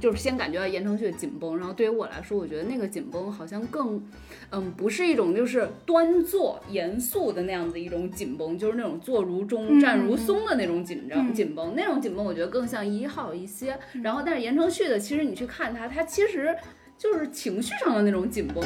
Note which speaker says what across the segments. Speaker 1: 就是先感觉到言承旭紧绷，然后对于我来说，我觉得那个紧绷好像更，嗯，不是一种就是端坐严肃的那样子一种紧绷，就是那种坐如钟、站如松的那种紧张、
Speaker 2: 嗯
Speaker 1: 紧绷，那种紧绷我觉得更像一号一些。然后，但是言承旭的，其实你去看他，他其实就是情绪上的那种紧绷。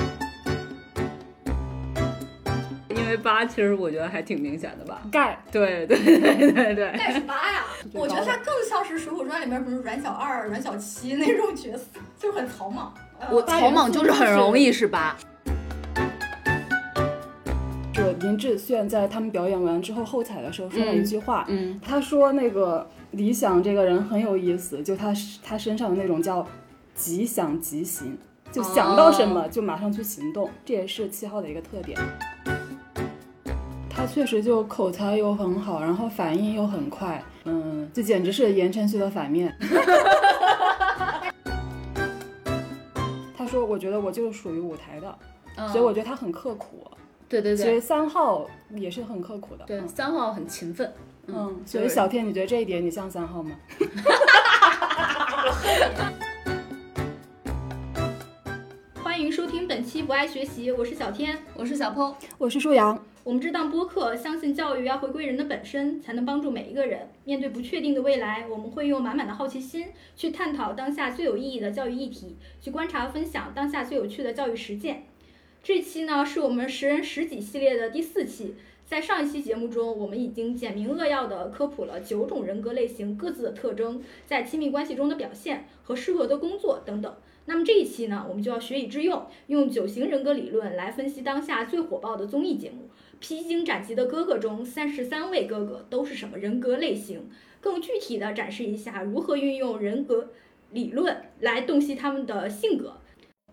Speaker 1: 因为八其实我觉得还挺明显的吧，
Speaker 2: 盖
Speaker 1: 对对对对对，
Speaker 3: 干什么呀？我觉得他更像是《水浒传》里面什么阮小二、阮小七那种角色，就是很草莽。呃
Speaker 1: 我
Speaker 2: 八
Speaker 1: 草莽
Speaker 2: 元素
Speaker 1: 就是很
Speaker 2: 是
Speaker 1: 容易是八，
Speaker 2: 是林志炫在他们表演完之后后采的时候说了一句话，
Speaker 1: 嗯
Speaker 2: 他说那个李想这个人很有意思，就他他身上的那种叫即想即行，就想到什
Speaker 1: 哦
Speaker 2: 么就马上去行动，这也是七号的一个特点。他确实就口才又很好，然后反应又很快，嗯，这简直是言承旭的 反面。他说：“我觉得我就是属于舞台的，所以我觉得他很刻苦。
Speaker 1: 嗯对对
Speaker 2: 其
Speaker 1: 对
Speaker 2: 实三号也是很刻苦的。
Speaker 1: 对，
Speaker 2: 嗯
Speaker 1: 三号很勤奋，
Speaker 2: 嗯，所以小天，你觉得这一点你像三号吗？
Speaker 3: 欢迎收听本期《不爱学习》，我是小天。
Speaker 1: 我是小 Po，
Speaker 2: 我是舒阳，
Speaker 3: 我们这档播客相信教育要啊回归人的本身，才能帮助每一个人。面对不确定的未来，我们会用满满的好奇心去探讨当下最有意义的教育议题，去观察分享当下最有趣的教育实践。这期呢是我们十人十己系列的第四期。在上一期节目中，我们已经简明扼要地科普了九种人格类型各自的特征，在亲密关系中的表现和适合的工作等等。那么这一期呢，我们就要学以致用，用九型人格理论来分析当下最火爆的综艺节目。《披荆斩棘的哥哥》中，三十三位哥哥都是什么人格类型？更具体的展示一下如何运用人格理论来洞悉他们的性格。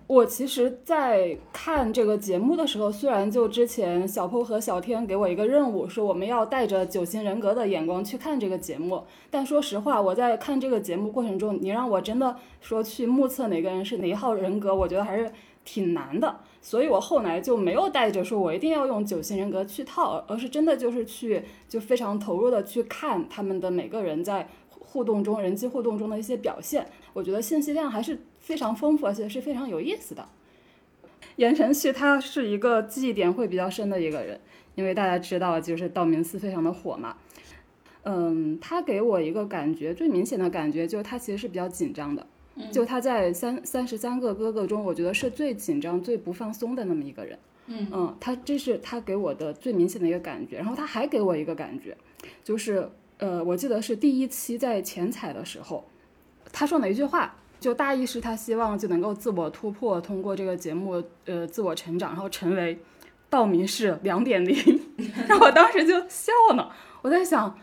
Speaker 2: 我其实，在看这个节目的时候，虽然就之前小坡和小天给我一个任务，说我们要带着九型人格的眼光去看这个节目，但说实话，我在看这个节目过程中，你让我真的说去目测哪个人是哪一号人格，我觉得还是挺难的。所以我后来就没有带着说我一定要用九型人格去套，而是真的就是去就非常投入的去看他们的每个人在互动中、人际互动中的一些表现。我觉得信息量还是非常丰富，而且是非常有意思的。言承旭他是一个记忆点会比较深的一个人，因为大家知道就是道明寺非常的火嘛。嗯，他给我一个感觉，最明显的感觉就是他其实是比较紧张的，就他在三三十三个哥哥中，我觉得是最紧张、最不放松的那么一个人。嗯他这是他给我的最明显的一个感觉。然后他还给我一个感觉，就是呃，我记得是第一期在前彩的时候，他说哪一句话，就大意是他希望就能够自我突破，通过这个节目呃自我成长，然后成为道明寺两点零。 然后我当时就笑了，我在想。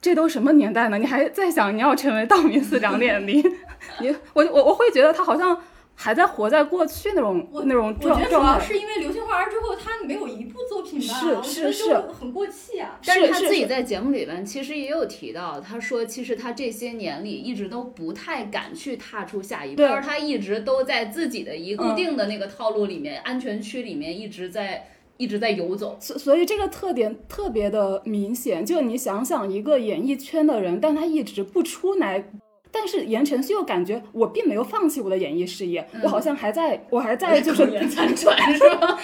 Speaker 2: 这都什么年代呢？你还在想你要成为道明寺两点零？ 你我我我会觉得他好像还在活在过去那种
Speaker 3: 我
Speaker 2: 那种
Speaker 3: 我觉
Speaker 2: 状
Speaker 3: 得主
Speaker 2: 状态
Speaker 3: 要。是因为《流星花园》之后，他没有一部作品吧，
Speaker 2: 是
Speaker 3: 我觉
Speaker 2: 是
Speaker 3: 得
Speaker 2: 是
Speaker 3: 就很过气啊。
Speaker 1: 但是他
Speaker 2: 是
Speaker 1: 自己在节目里边其实也有提到，他说其实他这些年里一直都不太敢去踏出下一步，
Speaker 2: 对
Speaker 1: 而他一直都在自己的一固
Speaker 2: 嗯
Speaker 1: 定的那个套路里面、安全区里面一直在一直在游 走。
Speaker 2: 所所以这个特点特别的明显，就你想想一个演艺圈的人，但他一直不出来。但是言承旭又感觉我并没有放弃我的演艺事业，我好像还在，嗯我还在，哎就是因
Speaker 1: 言参传是吧？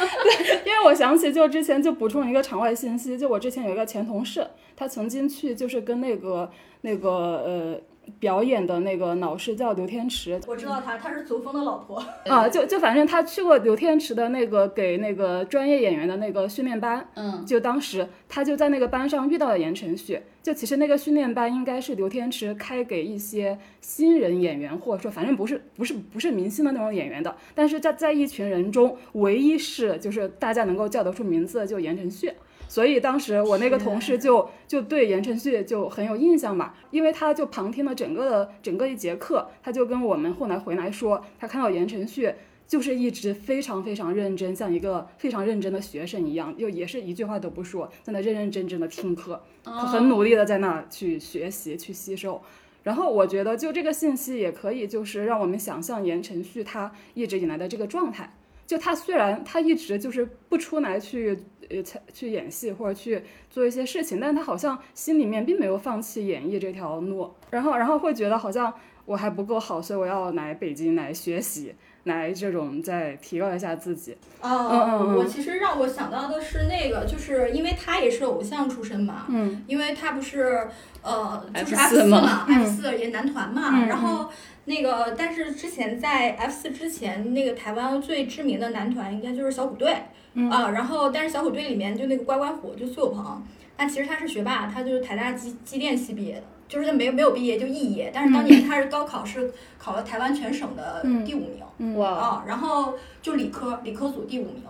Speaker 2: 为我想起就之前就补充一个场外信息，就我之前有一个前同事，他曾经去就是跟那个那个呃表演的那个老师叫刘天池，
Speaker 3: 我知道他，他是左峰的老婆。
Speaker 2: 啊，就就反正他去过刘天池的那个给那个专业演员的那个训练班，
Speaker 1: 嗯，
Speaker 2: 就当时他就在那个班上遇到了言承旭，就其实那个训练班应该是刘天池开给一些新人演员，或者说反正不是不是不是明星的那种演员的，但是在在一群人中，唯一是就是大家能够叫得出名字的就言承旭。所以当时我那个同事就就对言承旭就很有印象嘛，因为他就旁听了整个的整个一节课，他就跟我们后来回来说，他看到言承旭就是一直非常非常认真，像一个非常认真的学生一样，又也是一句话都不说，在那认认真真的听课，他很努力的在那去学习去吸收。然后我觉得，就这个信息也可以，就是让我们想象言承旭他一直以来的这个状态。就他虽然他一直就是不出来去呃才去演戏或者去做一些事情，但他好像心里面并没有放弃演艺这条路，然后然后会觉得好像我还不够好，所以我要来北京来学习，来这种再提高一下自己。
Speaker 3: 哦，
Speaker 2: 嗯嗯嗯
Speaker 3: 我其实让我想到的是那个，就是因为他也是偶像出身嘛，
Speaker 2: 嗯，
Speaker 3: 因为他不是呃，就
Speaker 1: F4
Speaker 3: 是 F 四嘛
Speaker 2: 嗯
Speaker 3: ，F 四也男团嘛，
Speaker 2: 嗯嗯
Speaker 3: 然后那个但是之前在 F 四之前，那个台湾最知名的男团应该就是小虎队，
Speaker 2: 嗯
Speaker 3: 啊，然后但是小虎队里面就那个乖乖虎就苏有朋，他其实他是学霸，他就是台大机机电系毕业的。就是他没有没有毕业就肄业，但是当年他是高考是考了台湾全省的
Speaker 2: 嗯
Speaker 3: 第五名，
Speaker 1: 哇，
Speaker 3: 啊、然后就理科，理科组第五名。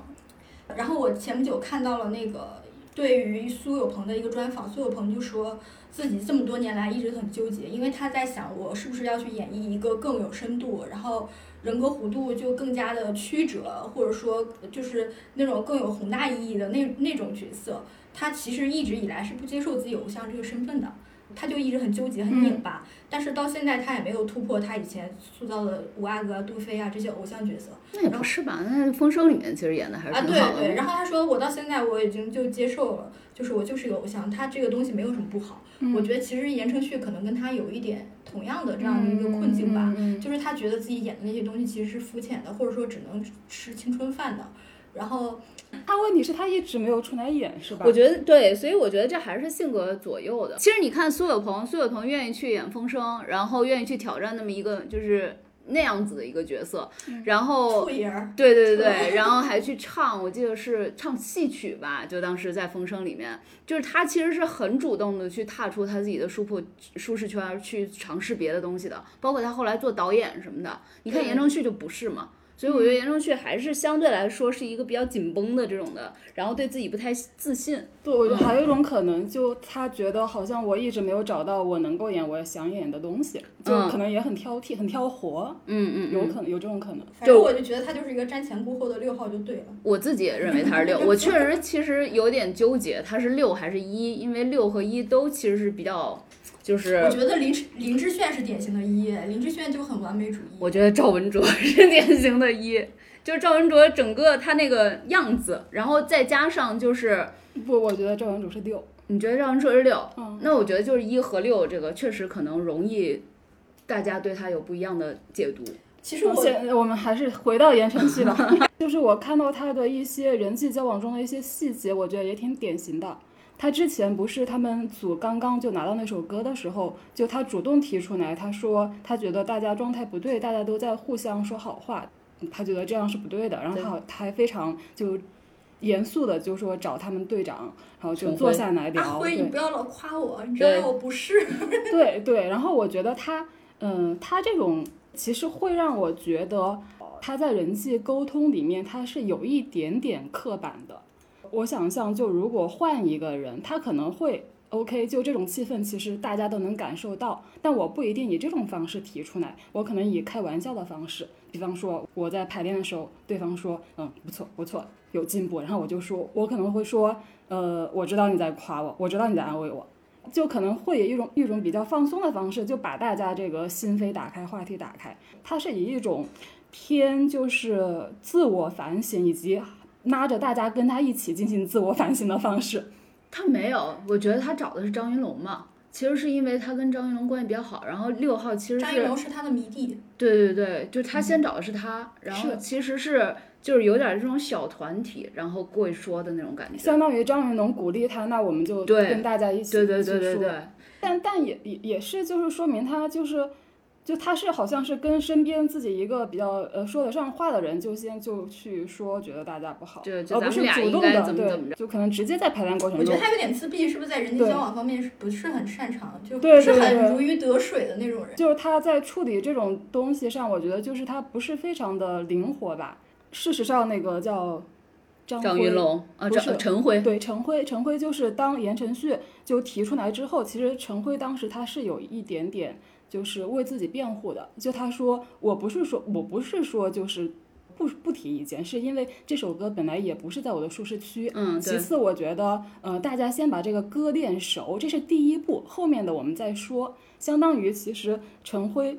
Speaker 3: 然后我前不久看到了那个对于苏有朋的一个专访，苏有朋就说自己这么多年来一直很纠结，因为他在想我是不是要去演绎一个更有深度，然后人格弧度就更加的曲折，或者说就是那种更有宏大意义的那那种角色。他其实一直以来是不接受自己偶像这个身份的，他就一直很纠结、很拧巴。但是到现在，他也没有突破他以前塑造的五阿哥、啊、杜飞啊这些偶像角色。
Speaker 1: 那也不是吧？那《风声》里面其实演的还是
Speaker 3: 啊，
Speaker 1: 挺
Speaker 3: 对
Speaker 1: 好的。
Speaker 3: 对，然后他说我到现在我已经就接受了，就是我就是一个偶像，他这个东西没有什么不好。
Speaker 2: 嗯
Speaker 3: 我觉得其实言承旭可能跟他有一点同样的这样的一个困境吧，
Speaker 2: 嗯。嗯嗯
Speaker 3: 就是他觉得自己演的那些东西其实是肤浅的，或者说只能吃青春饭的。然后
Speaker 2: 他问题是，他一直没有出来演，是吧？
Speaker 1: 我觉得对，所以我觉得这还是性格左右的。其实你看苏有朋，苏有朋愿意去演风声，然后愿意去挑战那么一个就是那样子的一个角色，然
Speaker 2: 哦
Speaker 1: 后
Speaker 3: 兔爷儿，
Speaker 1: 对对对对，然后还去唱，我记得是唱戏曲吧，就当时在《风声》里面，就是他其实是很主动的去踏出他自己的舒服舒适圈，去尝试别的东西的，包括他后来做导演什么的。你看
Speaker 3: 对
Speaker 1: 言承旭就不是嘛，所以我觉得言承旭还是相对来说是一个比较紧绷的这种的，然后对自己不太自信。
Speaker 2: 对，我觉
Speaker 1: 嗯
Speaker 2: 得还有一种可能，就他觉得好像我一直没有找到我能够演我想演的东西，就
Speaker 1: 嗯
Speaker 2: 可能也很挑剔，很挑活，
Speaker 1: 嗯嗯，
Speaker 2: 有
Speaker 1: 嗯
Speaker 2: 可能有这种可能。
Speaker 3: 反正我就觉得他就是一个瞻前顾后的六号就对了。
Speaker 1: 我自己也认为他是六，我确实其实有点纠结，他是六还是一，因为六和一都其实是比较。就是
Speaker 3: 我觉得林志林志炫是典型的一，林志炫就很完美主义。
Speaker 1: 我觉得赵文卓 是典型的一，就是赵文卓整个他那个样子，然后再加上就是，
Speaker 2: 不，我觉得赵文卓是六，
Speaker 1: 你觉得赵文卓是六，
Speaker 2: 嗯，
Speaker 1: 那我觉得就是一和六这个确实可能容易大家对他有不一样的解读。
Speaker 3: 其实我
Speaker 2: 现我们还是回到言承旭 了，就是我看到他的一些人际交往中的一些细节，我觉得也挺典型的。他之前不是他们组刚刚就拿到那首歌的时候，就他主动提出来，他说他觉得大家状态不对，大家都在互相说好话，他觉得这样是不对的。然后
Speaker 1: 对
Speaker 2: 他好他还非常就严肃的就说找他们队长，然后就
Speaker 1: 陈
Speaker 2: 坐
Speaker 1: 辉
Speaker 2: 下来聊。
Speaker 3: 阿辉，
Speaker 2: 对
Speaker 3: 你不要老夸我，你知道
Speaker 1: 对
Speaker 3: 我不是。
Speaker 2: 对对，然后我觉得他，嗯、他这种其实会让我觉得他在人际沟通里面他是有一点点刻板的。我想象，就如果换一个人，他可能会 OK，就这种气氛其实大家都能感受到，但我不一定以这种方式提出来，我可能以开玩笑的方式，比方说我在排练的时候，对方说，嗯，不错不错，有进步，然后我就说，我可能会说，呃，我知道你在夸我，我知道你在安慰我，就可能会以一种一种比较放松的方式，就把大家这个心扉打开，话题打开。它是以一种偏就是自我反省以及拉着大家跟他一起进行自我反省的方式。
Speaker 1: 他没有，我觉得他找的是张云龙嘛，其实是因为他跟张云龙关系比较好，然后六号其实
Speaker 3: 张云
Speaker 1: 是
Speaker 3: 龙是他的迷弟，
Speaker 1: 对对对，就他先找嗯的是他，然后
Speaker 2: 是
Speaker 1: 其实是就是有点这种小团体，然后过去说的那种感觉。
Speaker 2: 相当于张云龙鼓励他，那我们就
Speaker 1: 对
Speaker 2: 跟大家一起
Speaker 1: 对对
Speaker 2: 一起
Speaker 1: 对对
Speaker 2: 说
Speaker 1: 对。
Speaker 2: 但但也也也是，就是说明他就是，就他是好像是跟身边自己一个比较呃说得上话的人，就先就去说觉得大家不好，
Speaker 1: 就就
Speaker 2: 而
Speaker 1: 咱们
Speaker 2: 不是
Speaker 1: 俩
Speaker 2: 主
Speaker 1: 应
Speaker 2: 动
Speaker 1: 该
Speaker 2: 的，
Speaker 1: 怎么
Speaker 2: 对
Speaker 1: 怎么着
Speaker 2: 就可能直接在排练过程
Speaker 3: 我觉
Speaker 2: 中
Speaker 3: 得，他有点自闭，是不是在人际
Speaker 2: 对
Speaker 3: 交往方面是不是很擅长，就
Speaker 2: 对
Speaker 3: 不是
Speaker 2: 对对
Speaker 3: 很如鱼得水的那种人。
Speaker 2: 就是他在处理这种东西上，我觉得就是他不是非常的灵活吧。事实上，那个叫张
Speaker 1: 张
Speaker 2: 辉
Speaker 1: 云龙啊，
Speaker 2: 不是
Speaker 1: 张陈辉，
Speaker 2: 对，陈辉，陈辉就是当言承旭就提出来之后，其实陈辉当时他是有一点点就是为自己辩护的，就他说我不是说我不是说就是不不提意见，是因为这首歌本来也不是在我的舒适区。
Speaker 1: 嗯，
Speaker 2: 其
Speaker 1: 对。
Speaker 2: 次，我觉得，呃，大家先把这个歌练熟，这是第一步，后面的我们再说。相当于，其实陈辉，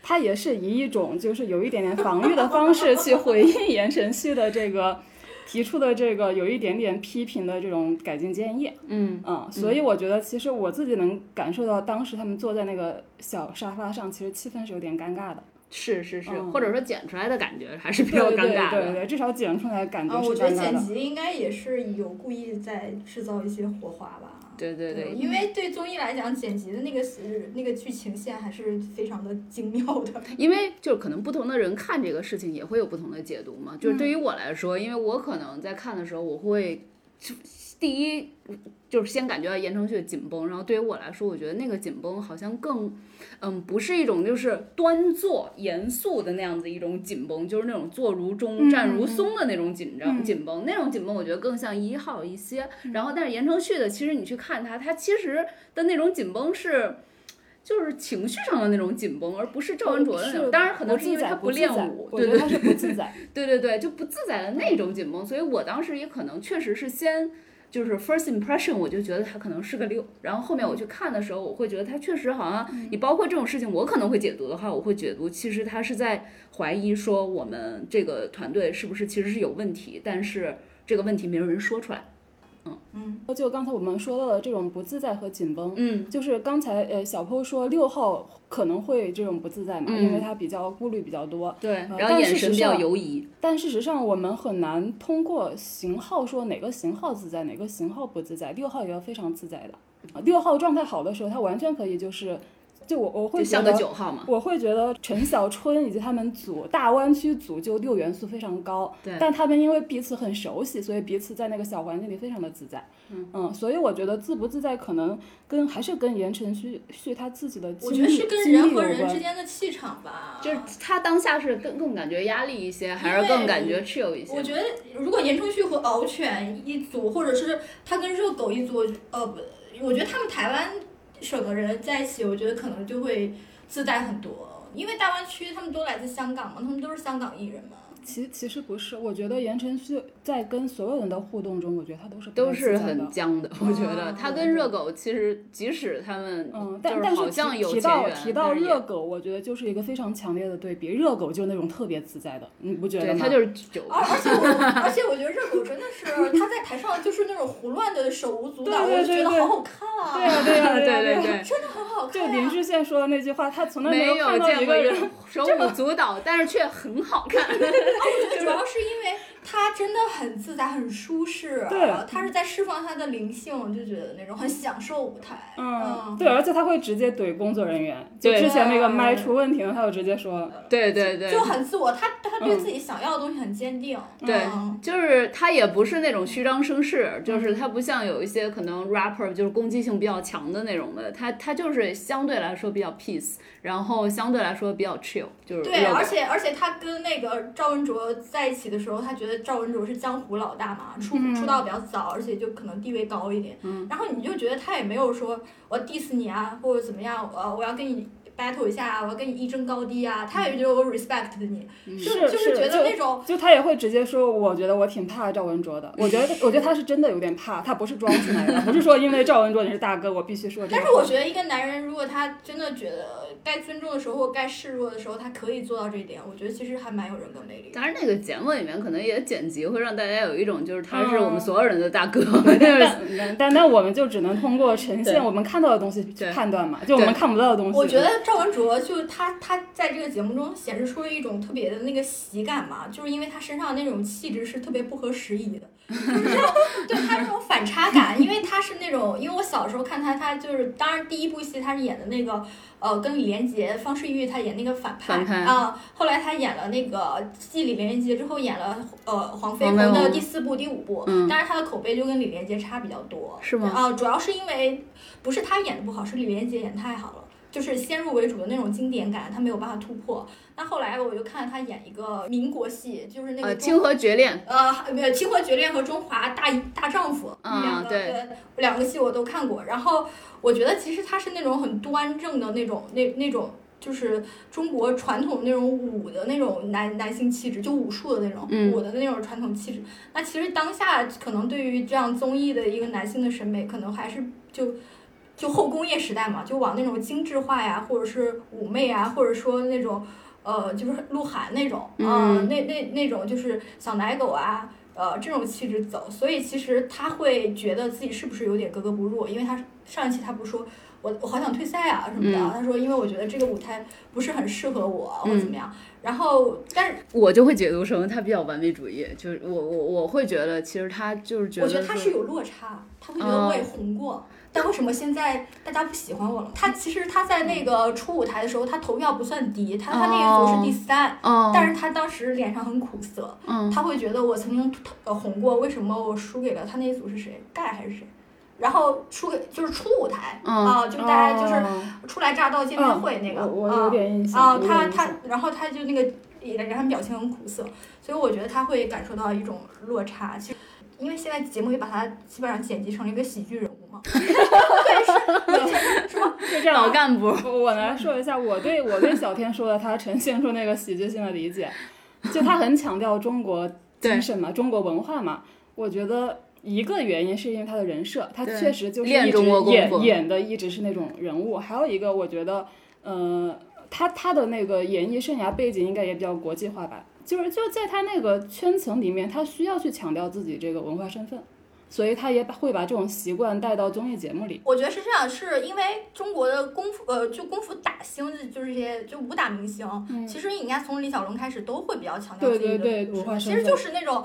Speaker 2: 他 也是以一种就是有一点点防御的方式去回应言承旭的这个提出的这个有一点点批评的这种改进建议。
Speaker 1: 嗯
Speaker 2: 嗯，所以我觉得其实我自己能感受到，当时他们坐在那个小沙发上，其实气氛是有点尴尬的，
Speaker 1: 是是是，
Speaker 2: 嗯
Speaker 1: 或者说剪出来的感觉还是比较
Speaker 2: 对
Speaker 1: 尴
Speaker 2: 对
Speaker 1: 尬
Speaker 2: 对对
Speaker 1: 的。
Speaker 2: 对，至少剪出来感
Speaker 3: 啊，
Speaker 2: 觉是
Speaker 3: 我觉
Speaker 2: 尴
Speaker 3: 得
Speaker 2: 尬
Speaker 3: 剪
Speaker 2: 的。
Speaker 3: 辑应该也是有故意在制造一些火花吧。
Speaker 1: 对对对，
Speaker 3: 因
Speaker 2: 嗯
Speaker 3: 为对综艺来讲，剪辑的那个是那个剧情线还是非常的精妙的。
Speaker 1: 因为就是可能不同的人看这个事情也会有不同的解读
Speaker 2: 嗯
Speaker 1: 嘛。就是对于我来说，因为我可能在看的时候，我会第一就是先感觉到言承旭紧绷，然后对于我来说，我觉得那个紧绷好像更嗯不是一种就是端坐严肃的那样子一种紧绷，就是那种坐如钟
Speaker 2: 嗯
Speaker 1: 站如松的那种紧张、
Speaker 2: 嗯
Speaker 1: 紧绷，那种紧绷我觉得更像一号一些。然后但是言承旭的，其实你去看他，他其实的那种紧绷是。就是情绪上的那种紧绷，而不是赵文卓的那
Speaker 2: 哦是
Speaker 1: 种。当然，可能是因为
Speaker 2: 自
Speaker 1: 他
Speaker 2: 在，不自
Speaker 1: 练
Speaker 2: 在
Speaker 1: 舞，
Speaker 2: 我
Speaker 1: 对
Speaker 2: 觉得
Speaker 1: 对
Speaker 2: 他是不自在。
Speaker 1: 对对对，就不自在的那种紧绷。所以我当时也可能确实是先就是 first impression，我就觉得他可能是个六。然后后面我去看的时候，我会觉得他确实好
Speaker 2: 嗯
Speaker 1: 像，你包括这种事情，我可能会解读的话，我会解读其实他是在怀疑说我们这个团队是不是其实是有问题，但是这个问题没有人说出来。
Speaker 3: 嗯，
Speaker 2: 就刚才我们说到的这种不自在和紧绷，
Speaker 1: 嗯
Speaker 2: 就是刚才呃小坡说六号可能会这种不自在嘛，
Speaker 1: 嗯
Speaker 2: 因为他比较顾虑比较多，
Speaker 1: 对，
Speaker 2: 呃
Speaker 1: 然后
Speaker 2: 但
Speaker 1: 眼
Speaker 2: 事
Speaker 1: 神
Speaker 2: 实
Speaker 1: 比较
Speaker 2: 上
Speaker 1: 犹疑。
Speaker 2: 但事实上我们很难通过型号说哪个型号自在，哪个型号不自在。六号也要非常自在的，啊，六号状态好的时候，他完全可以就是，就我我
Speaker 1: 就
Speaker 2: 会觉
Speaker 1: 像个
Speaker 2: 得。
Speaker 1: 九号嘛，
Speaker 2: 我会觉得陈小春以及他们组大湾区组就六元素非常高，
Speaker 1: 对
Speaker 2: 但他们因为彼此很熟悉，所以彼此在那个小环境里非常的自在，嗯所以我觉得自不自在可能跟还是跟言承旭呃旭他自己的经
Speaker 3: 我
Speaker 2: 历，
Speaker 3: 觉得是跟
Speaker 2: 经历
Speaker 3: 人和
Speaker 2: 有
Speaker 3: 人
Speaker 2: 关
Speaker 3: 之间的气场吧。
Speaker 1: 就是他当下是更更感觉压力一些，还是
Speaker 3: 因
Speaker 1: 更
Speaker 3: 为
Speaker 1: 感觉 chill 一些？
Speaker 3: 我觉得，如果言承旭和敖犬一组，或者是他跟热狗一组，呃，不，我觉得他们台湾省的人在一起，我觉得可能就会自带很多，因为大湾区他们都来自香港嘛，他们都是香港艺 人嘛。
Speaker 2: 其其实不是，我觉得言承旭在跟所有人的互动中，我觉得他都是不
Speaker 1: 都
Speaker 2: 太
Speaker 1: 是
Speaker 2: 自在的啊
Speaker 1: 很僵的，我觉得
Speaker 3: 哦
Speaker 1: 他跟热狗其实，即使他们
Speaker 2: 嗯，
Speaker 1: 就
Speaker 2: 但
Speaker 1: 是
Speaker 2: 但
Speaker 1: 好像
Speaker 2: 提
Speaker 1: 有
Speaker 2: 提
Speaker 1: 前
Speaker 2: 到
Speaker 1: 缘，
Speaker 2: 提到
Speaker 1: 但是也
Speaker 2: 热狗，我觉得就是一个非常强烈的对比。热狗就是那种特别自在的，你不觉得啊
Speaker 1: 对
Speaker 2: 吗？
Speaker 1: 他就是九
Speaker 3: 而而且我，而且我觉得热狗真的是他在台上就是那种胡乱的手舞足蹈，
Speaker 2: 对对
Speaker 3: 我就觉
Speaker 2: 对
Speaker 3: 得
Speaker 2: 对
Speaker 3: 好好看啊，
Speaker 2: 对呀对呀
Speaker 1: 对
Speaker 2: 呀
Speaker 1: 对
Speaker 2: 呀。
Speaker 1: 对，
Speaker 3: 真的很好
Speaker 2: 就
Speaker 3: 看、
Speaker 2: 林
Speaker 3: 啊。
Speaker 2: 志炫说的那句话，他从来
Speaker 1: 没
Speaker 2: 有看到
Speaker 1: 见
Speaker 2: 一
Speaker 1: 过
Speaker 2: 个
Speaker 1: 一个
Speaker 2: 人。
Speaker 1: 手舞足蹈，但是却很好 看。
Speaker 3: 我觉得主要是因为他真的很自在，很舒适、啊，
Speaker 2: 对
Speaker 3: 他是在释放他的灵性，我就觉得那种很享受舞台， 哦
Speaker 2: 嗯，对，而且他会直接怼工作人员，就
Speaker 1: 对
Speaker 2: 之前那个麦出问题了，他就直接说，
Speaker 1: 对对对
Speaker 3: 就，很自我，他他对自己想要的东西很坚定。
Speaker 1: 对
Speaker 3: 嗯
Speaker 1: 就是他也不是那种虚张声势，就是他不像有一些可能 rapper 就是攻击性比较强的那种的，他他就是相对来说比较 peace，然后相对来说比较 chill，就是
Speaker 3: 对，
Speaker 1: 热狗
Speaker 3: 而且而且他跟那个赵文卓在一起的时候，他觉得赵文卓是江湖老大嘛，出
Speaker 2: 嗯
Speaker 3: 出道比较早，而且就可能地位高一点。然后你就觉得他也没有说我 diss 你啊，或者怎么样，我我要跟你 battle 一下啊，我要跟你一争高低啊，他也觉得我 respect 你，嗯就是就是觉
Speaker 2: 就嗯
Speaker 3: 得那种
Speaker 2: 就他也会直接说，我觉得我挺怕赵文卓的，我觉得我觉得他是真的有点怕，他不是装出来的，不是说因为赵文卓你是大哥，我必须说这个
Speaker 3: 但
Speaker 2: 话。
Speaker 3: 是我觉得一个男人，如果他真的觉得该尊重的时候或该示弱的时候，他可以做到这一点，我觉得其实还蛮有人格魅力的。
Speaker 1: 当然，那个节目里面可能也剪辑会让大家有一种就是他是我们
Speaker 2: 嗯
Speaker 1: 所有人的大 哥，就是
Speaker 2: 但但但我们就只能通过呈
Speaker 1: 对
Speaker 2: 现我们看到的东西去
Speaker 1: 对
Speaker 2: 判断嘛，就我们
Speaker 1: 对
Speaker 2: 看不到的东西。
Speaker 3: 我觉得赵文卓就他他在这个节目中显示出了一种特别的那个喜感嘛，就是因为他身上那种气质是特别不合时 宜的，就是让对他这种反差感，因为他是那种，因为我小时候看他，他就是当然第一部戏他是演的那个呃跟李连杰、方世玉他演那个反派
Speaker 1: 反派
Speaker 3: 啊、后来他演了那个继李连杰之后演了呃黄飞
Speaker 1: 黄
Speaker 3: 鸿
Speaker 1: 飞
Speaker 3: 的
Speaker 1: 鸿
Speaker 3: 第四部、第五部，
Speaker 1: 嗯
Speaker 3: 但是他的口碑就跟李连杰差比较多，
Speaker 1: 是吗
Speaker 3: 啊、主要是因为不是他演的不好，是李连杰演得太好了，就是先入为主的那种经典感，他没有办法突破。那后来我就看他演一个民国戏，就是那
Speaker 1: 呃
Speaker 3: 个
Speaker 1: 《清
Speaker 3: 中
Speaker 1: 河绝恋
Speaker 3: 呃没有《清河绝恋》和《中华大大丈夫》
Speaker 1: 啊
Speaker 3: 两个
Speaker 1: 对
Speaker 3: 呃两个戏我都看过。然后我觉得其实他是那种很端正的那种那那种。就是中国传统那种武的那种男男性气质，就武术的那种、
Speaker 1: 嗯
Speaker 3: 武的那种传统气质。那其实当下可能对于这样综艺的一个男性的审美，可能还是就就后工业时代嘛，就往那种精致化呀，或者是妩媚啊，或者说那种呃，就是鹿晗那种啊、
Speaker 1: 嗯
Speaker 3: 那那那种就是小奶狗啊，呃这种气质走，所以其实他会觉得自己是不是有点格格不入，因为他上一期他不是说我我好想退赛啊什么的啊，他说因为我觉得这个舞台不是很适合我或怎么样，然后但是
Speaker 1: 我就会解读成他比较完美主义，就是我我我会觉得，其实他就是觉得
Speaker 3: 我
Speaker 1: 说，
Speaker 3: 觉得他是有落差，他会觉得我也红过。但为什么现在大家不喜欢我了？他其实他在那个初舞台的时候，他投票不算低，他他那一组是第三，
Speaker 1: 嗯，
Speaker 3: 但是他当时脸上很苦涩，
Speaker 1: 嗯
Speaker 3: 他会觉得我曾经呃红过，为什么我输给了他那一组是谁？盖还是谁？然后输给就是初舞台
Speaker 1: 嗯
Speaker 3: 啊，就是大家就是
Speaker 2: 哦嗯
Speaker 3: 初来乍到见面会那个
Speaker 2: 我我有
Speaker 3: 啊
Speaker 2: 点印象
Speaker 3: 啊，
Speaker 2: 有点
Speaker 3: 他
Speaker 2: 印
Speaker 3: 他
Speaker 2: 象
Speaker 3: 然后他就那个脸上表情很苦涩，所以我觉得他会感受到一种落差。其实因为现在节目也把他基本上剪辑成了一个喜剧人物嘛，
Speaker 2: 就这样
Speaker 1: 老。干部，
Speaker 2: 我来说一下我对我对小天说的他呈现出那个喜剧性的理解，就他很强调中国
Speaker 1: 对
Speaker 2: 精神嘛，中国文化嘛。我觉得一个原因是因为他的人设，他
Speaker 1: 对
Speaker 2: 确实就是
Speaker 1: 练
Speaker 2: 一直
Speaker 1: 中国功夫
Speaker 2: 演演的一直是那种人物。还有一个，我觉得，呃，他他的那个演艺生涯背景应该也比较国际化吧，就是就是在他那个圈层里面，他需要去强调自己这个文化身份，所以他也把会把这种习惯带到综艺节目里。
Speaker 3: 我觉得是这样，是因为中国的功夫，呃，就功夫打星，就是这些就武打明星，其实你应该从李小龙开始都会比较强
Speaker 2: 嗯
Speaker 3: 调
Speaker 2: 对
Speaker 3: 自己的
Speaker 2: 对对，
Speaker 3: 身
Speaker 2: 文
Speaker 3: 份
Speaker 2: 化
Speaker 3: 其
Speaker 2: 身
Speaker 3: 实
Speaker 2: 份。
Speaker 3: 就是那种，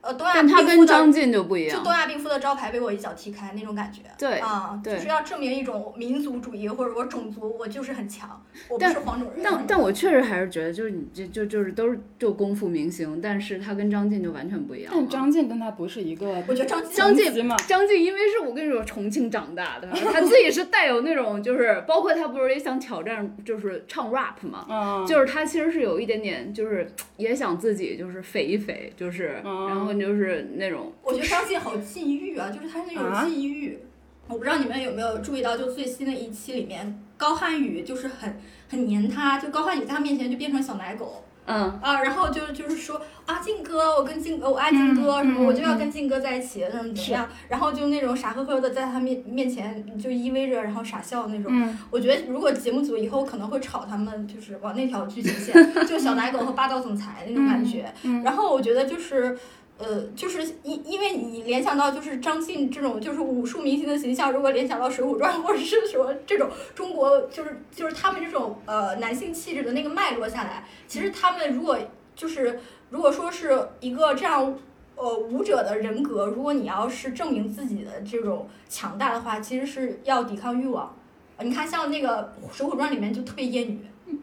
Speaker 3: 呃，东亚
Speaker 1: 但他
Speaker 3: 病夫
Speaker 1: 跟
Speaker 3: 的
Speaker 1: 张，晋就不一
Speaker 3: 就
Speaker 1: 样，
Speaker 3: 东亚病夫的招牌被我一脚踢开那种感觉。
Speaker 1: 对，
Speaker 3: 啊，
Speaker 1: 对
Speaker 3: 就是要证明一种民族主义，或者我种族，我就是很强，我不
Speaker 1: 但
Speaker 3: 是黄种人。
Speaker 1: 但但我确实还是觉得，就是你这就就是都是就功夫明星，但是他跟张晋就完全不一样了。
Speaker 2: 但张晋跟他不是一个
Speaker 3: 我觉得张晋
Speaker 1: 张
Speaker 2: 层级
Speaker 1: 晋
Speaker 2: 嘛，
Speaker 1: 张晋因为是我跟你说重庆长大的，他自己是带有那种就是，包括他不是也想挑战就是唱 rap 嘛，
Speaker 2: 嗯，
Speaker 1: 就是他其实是有一点点就是也想自己就是肥一肥，就是
Speaker 2: 嗯
Speaker 1: 然后就是那种
Speaker 3: 我觉得张晋好禁欲啊，就是他那
Speaker 2: 啊
Speaker 3: 种禁欲。我不知道你们有没有注意到，就最新的一期里面，高瀚宇就是很很黏他，就高瀚宇在他面前就变成小奶狗
Speaker 1: 嗯
Speaker 3: 啊，然后就就是说啊，靖哥，我跟靖哥，我爱靖哥，
Speaker 1: 嗯
Speaker 3: 什么、
Speaker 1: 嗯
Speaker 3: 我就要跟靖哥在一起，怎么怎么样，然后就那种傻呵呵的在他面面前就依偎着，然后傻笑那种。
Speaker 2: 嗯
Speaker 3: 我觉得如果节目组以后可能会炒他们，就是往那条剧情线， 就小奶狗和霸道总裁那种感觉。
Speaker 2: 嗯
Speaker 3: 然后我觉得就是，呃，就是因因为你联想到就是张晋这种就是武术明星的形象，如果联想到《水浒传》或者是说这种中国就是就是他们这种呃男性气质的那个脉络下来，其实他们如果就是如果说是一个这样。呃，武者的人格，如果你要是证明自己的这种强大的话，其实是要抵抗欲望。呃你看，像那个《水浒传》里面就特别厌女，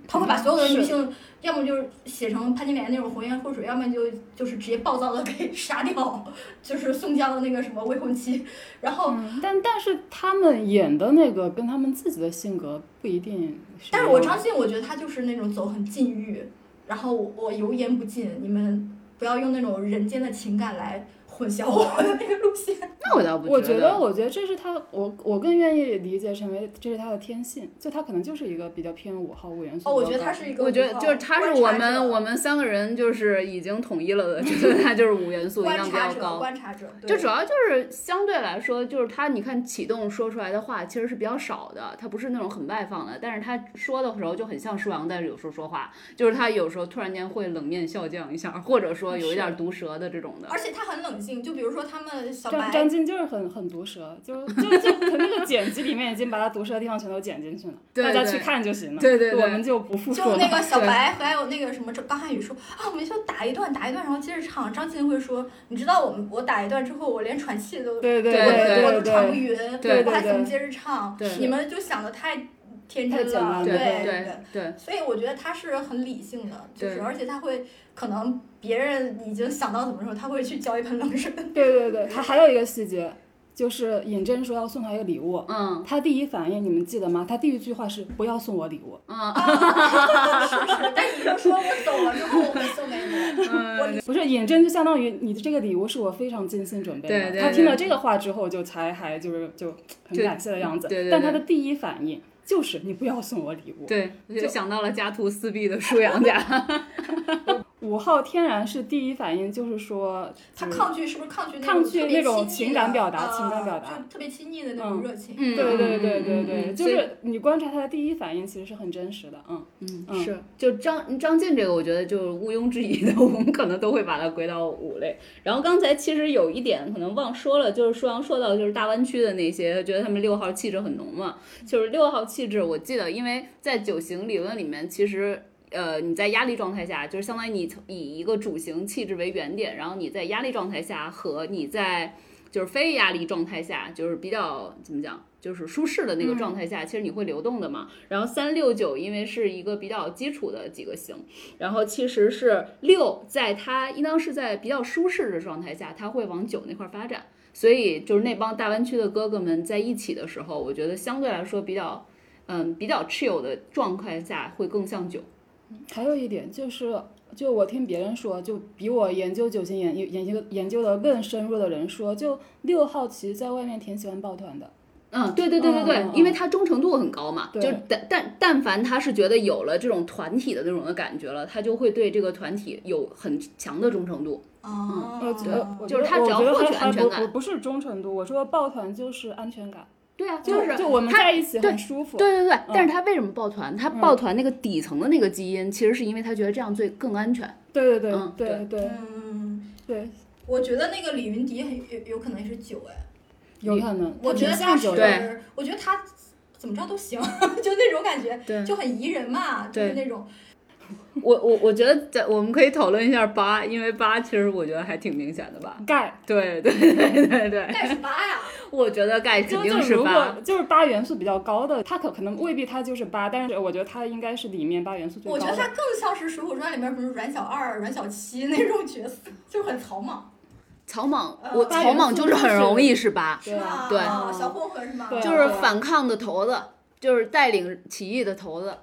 Speaker 3: 他会把所有的女性要么就是写成潘金莲那种红颜祸水，要么就就是直接暴躁的给杀掉，就是宋江的那个什么未婚妻。然后，
Speaker 2: 嗯但但是他们演的那个跟他们自己的性格不一定是一样的。
Speaker 3: 但是我张信，我觉得他就是那种走很禁欲，然后我我油盐不进，你们不要用那种人间的情感来混淆我的那个路 线。
Speaker 1: 那我倒不
Speaker 2: 我
Speaker 1: 觉
Speaker 2: 觉得，我觉得这是他，我我更愿意理解成为这是他的天性，就他可能就是一个比较偏五号五元素。
Speaker 3: 哦，我觉得他。是一个
Speaker 1: 我
Speaker 3: 五号，
Speaker 1: 觉得就是他是我
Speaker 3: 观察者
Speaker 1: 们我们三个人就是已经统一了的，就是他就是五元素营
Speaker 3: 观
Speaker 1: 养比
Speaker 3: 察
Speaker 1: 较
Speaker 3: 者，
Speaker 1: 高。
Speaker 3: 观察者，对
Speaker 1: 就主要就是相对来说，就是他，你看启动说出来的话其实是比较少的，他不是那种很外放的，但是他说的时候就很像舒阳，但是有时候说话，就是他有时候突然间会冷面笑匠一下，或者说有一点毒舌的这种的。
Speaker 3: 而且他很冷静，就比如说他们小
Speaker 2: 张
Speaker 3: 白，
Speaker 2: 张晋就是很很毒舌，就就 就他那个剪辑里面已经把他毒舌的地方全都剪进去了，
Speaker 1: 对
Speaker 2: 大家
Speaker 1: 对
Speaker 2: 去看就行了。
Speaker 1: 对对对
Speaker 2: 我们就不复述
Speaker 3: 就
Speaker 2: 了。
Speaker 3: 那个小白还有那个什么高瀚宇说啊，我们就打一段打一段，然后接着唱。张晋会说，你知道我们我打一段之后，我连喘气都
Speaker 2: 对对
Speaker 3: 我
Speaker 1: 对
Speaker 3: 我
Speaker 2: 对
Speaker 3: 都喘不
Speaker 2: 对，
Speaker 3: 匀，
Speaker 1: 对
Speaker 3: 我还
Speaker 2: 对
Speaker 3: 怎
Speaker 2: 对
Speaker 3: 么接着唱？
Speaker 1: 对
Speaker 3: 你们就想的太天
Speaker 2: 太
Speaker 3: 真
Speaker 2: 简
Speaker 1: 了
Speaker 2: 单
Speaker 3: 了，对
Speaker 1: 对对，
Speaker 3: 所以我觉得他是很理性的，就是
Speaker 1: 对
Speaker 3: 而且他会可能别人已经想到怎么说，他会去浇一盆冷 水。
Speaker 2: 对对对，他还有一个细节，就是尹真说要送他一个礼物，
Speaker 1: 嗯
Speaker 2: 他第一反应你们记得吗？他第一句话是不要送我礼物，
Speaker 1: 嗯，
Speaker 3: 啊是是，但你就说我走了之后，我会送 给你，我理
Speaker 2: 不是尹真就相当于你的这个礼物是我非常精心准备的。
Speaker 1: 对对
Speaker 2: 他
Speaker 1: 对
Speaker 2: 听了这个话之后，就才还就是就很
Speaker 1: 就
Speaker 2: 感谢的样子。
Speaker 1: 对对对
Speaker 2: 但他的第一反应就是你不要送我礼物。
Speaker 1: 对，我就想到了家徒四壁的舒阳家。
Speaker 2: 五号天然是第一反应就是说，
Speaker 3: 他
Speaker 2: 就是
Speaker 3: 抗拒是不是抗拒那
Speaker 2: 抗
Speaker 3: 种
Speaker 2: 拒
Speaker 3: 特别
Speaker 2: 那种
Speaker 3: 亲密
Speaker 2: 情
Speaker 3: 的
Speaker 2: 感表达
Speaker 3: 呃
Speaker 2: 情感表达
Speaker 3: 就特别亲密的那
Speaker 2: 嗯
Speaker 3: 种热情。
Speaker 1: 嗯
Speaker 2: 对对对对
Speaker 1: 嗯嗯嗯
Speaker 2: 对，
Speaker 1: 嗯
Speaker 2: 就
Speaker 1: 所以
Speaker 2: 是你观察他的第一反应，其实是很真实的，嗯，
Speaker 1: 嗯，
Speaker 2: 嗯
Speaker 1: 是，就张张晋这个，我觉得就是毋庸置疑的，我们可能都会把它归到五类。然后刚才其实有一点可能忘说了，就是舒阳说到的就是大湾区的那些，觉得他们六号气质很浓嘛，就是六号气质，我记得因为在九型理论里面，其实。呃，你在压力状态下，就是相当于你以一个主型气质为原点，然后你在压力状态下和你在就是非压力状态下，就是比较怎么讲，就是舒适的那个状态下，其实你会流动的嘛。然后三六九因为是一个比较基础的几个型，然后其实是六在它应当是在比较舒适的状态下，它会往九那块儿发展。所以就是那帮大湾区的哥哥们在一起的时候，我觉得相对来说比较，嗯，比较 chill 的状态下会更像九。
Speaker 2: 还有一点就是，就我听别人说，就比我研究九型研研究研究的更深入的人说，就六号其实在外面挺喜欢抱团的，
Speaker 1: 嗯，对对对对对，
Speaker 2: 嗯嗯嗯
Speaker 1: 因为他忠诚度很高嘛，
Speaker 2: 对
Speaker 1: 就是但但但凡他是觉得有了这种团体的那种的感觉了，他就会对这个团体有很强的忠诚度。
Speaker 3: 哦，
Speaker 2: 嗯我觉得我
Speaker 1: 嗯就是
Speaker 2: 觉得
Speaker 1: 他只
Speaker 2: 我
Speaker 1: 要
Speaker 2: 觉得
Speaker 1: 获
Speaker 2: 还
Speaker 1: 取
Speaker 2: 还
Speaker 1: 安全
Speaker 2: 不
Speaker 1: 感
Speaker 2: 不不是忠诚度，我说抱团就是安全感，
Speaker 1: 对啊，嗯
Speaker 2: 就是就我们
Speaker 1: 他
Speaker 2: 在一起
Speaker 1: 对
Speaker 2: 很舒服，
Speaker 1: 对对对，但是他为什么抱团？他
Speaker 2: 嗯
Speaker 1: 抱团那个底层的那个基因，其实是因为他觉得这样最更安全。
Speaker 2: 对对
Speaker 1: 嗯
Speaker 2: 对对对
Speaker 3: 嗯，
Speaker 2: 对，
Speaker 3: 我觉得那个李云迪很有有可能是九哎，
Speaker 2: 有可能，
Speaker 3: 我
Speaker 2: 他
Speaker 3: 觉
Speaker 2: 挺
Speaker 3: 得他
Speaker 2: 像
Speaker 3: 是
Speaker 2: 九
Speaker 1: 对
Speaker 2: 的，
Speaker 3: 我觉得他怎么着都行， 就那种感觉，
Speaker 1: 对
Speaker 3: 就很宜人嘛，就是
Speaker 1: 对
Speaker 3: 那种
Speaker 1: 我我我觉得在我们可以讨论一下八，因为八其实我觉得还挺明显的吧。
Speaker 2: 钙
Speaker 1: 对对对对对，
Speaker 3: 盖什么呀？
Speaker 1: 我觉得钙肯
Speaker 2: 就
Speaker 1: 定
Speaker 2: 就是如
Speaker 1: 八
Speaker 2: 果。就是八元素比较高的，它可可能未必它就是八，但是我觉得它应该是里面八元素最
Speaker 3: 我
Speaker 2: 高
Speaker 3: 觉得
Speaker 2: 的。
Speaker 3: 他更像是《水浒传》里面什么阮小二、阮小七那种角色，就很草莽，
Speaker 1: 草莽，
Speaker 3: 呃
Speaker 1: 我
Speaker 2: 八
Speaker 1: 草
Speaker 2: 元
Speaker 1: 莽
Speaker 2: 素
Speaker 1: 就是
Speaker 2: 就
Speaker 1: 很
Speaker 2: 是
Speaker 1: 容易是八，
Speaker 2: 对
Speaker 3: 是吧？
Speaker 1: 对
Speaker 3: 啊小混混是吧？
Speaker 2: 对啊
Speaker 1: 就是反抗的头子，就是带领起义的头子。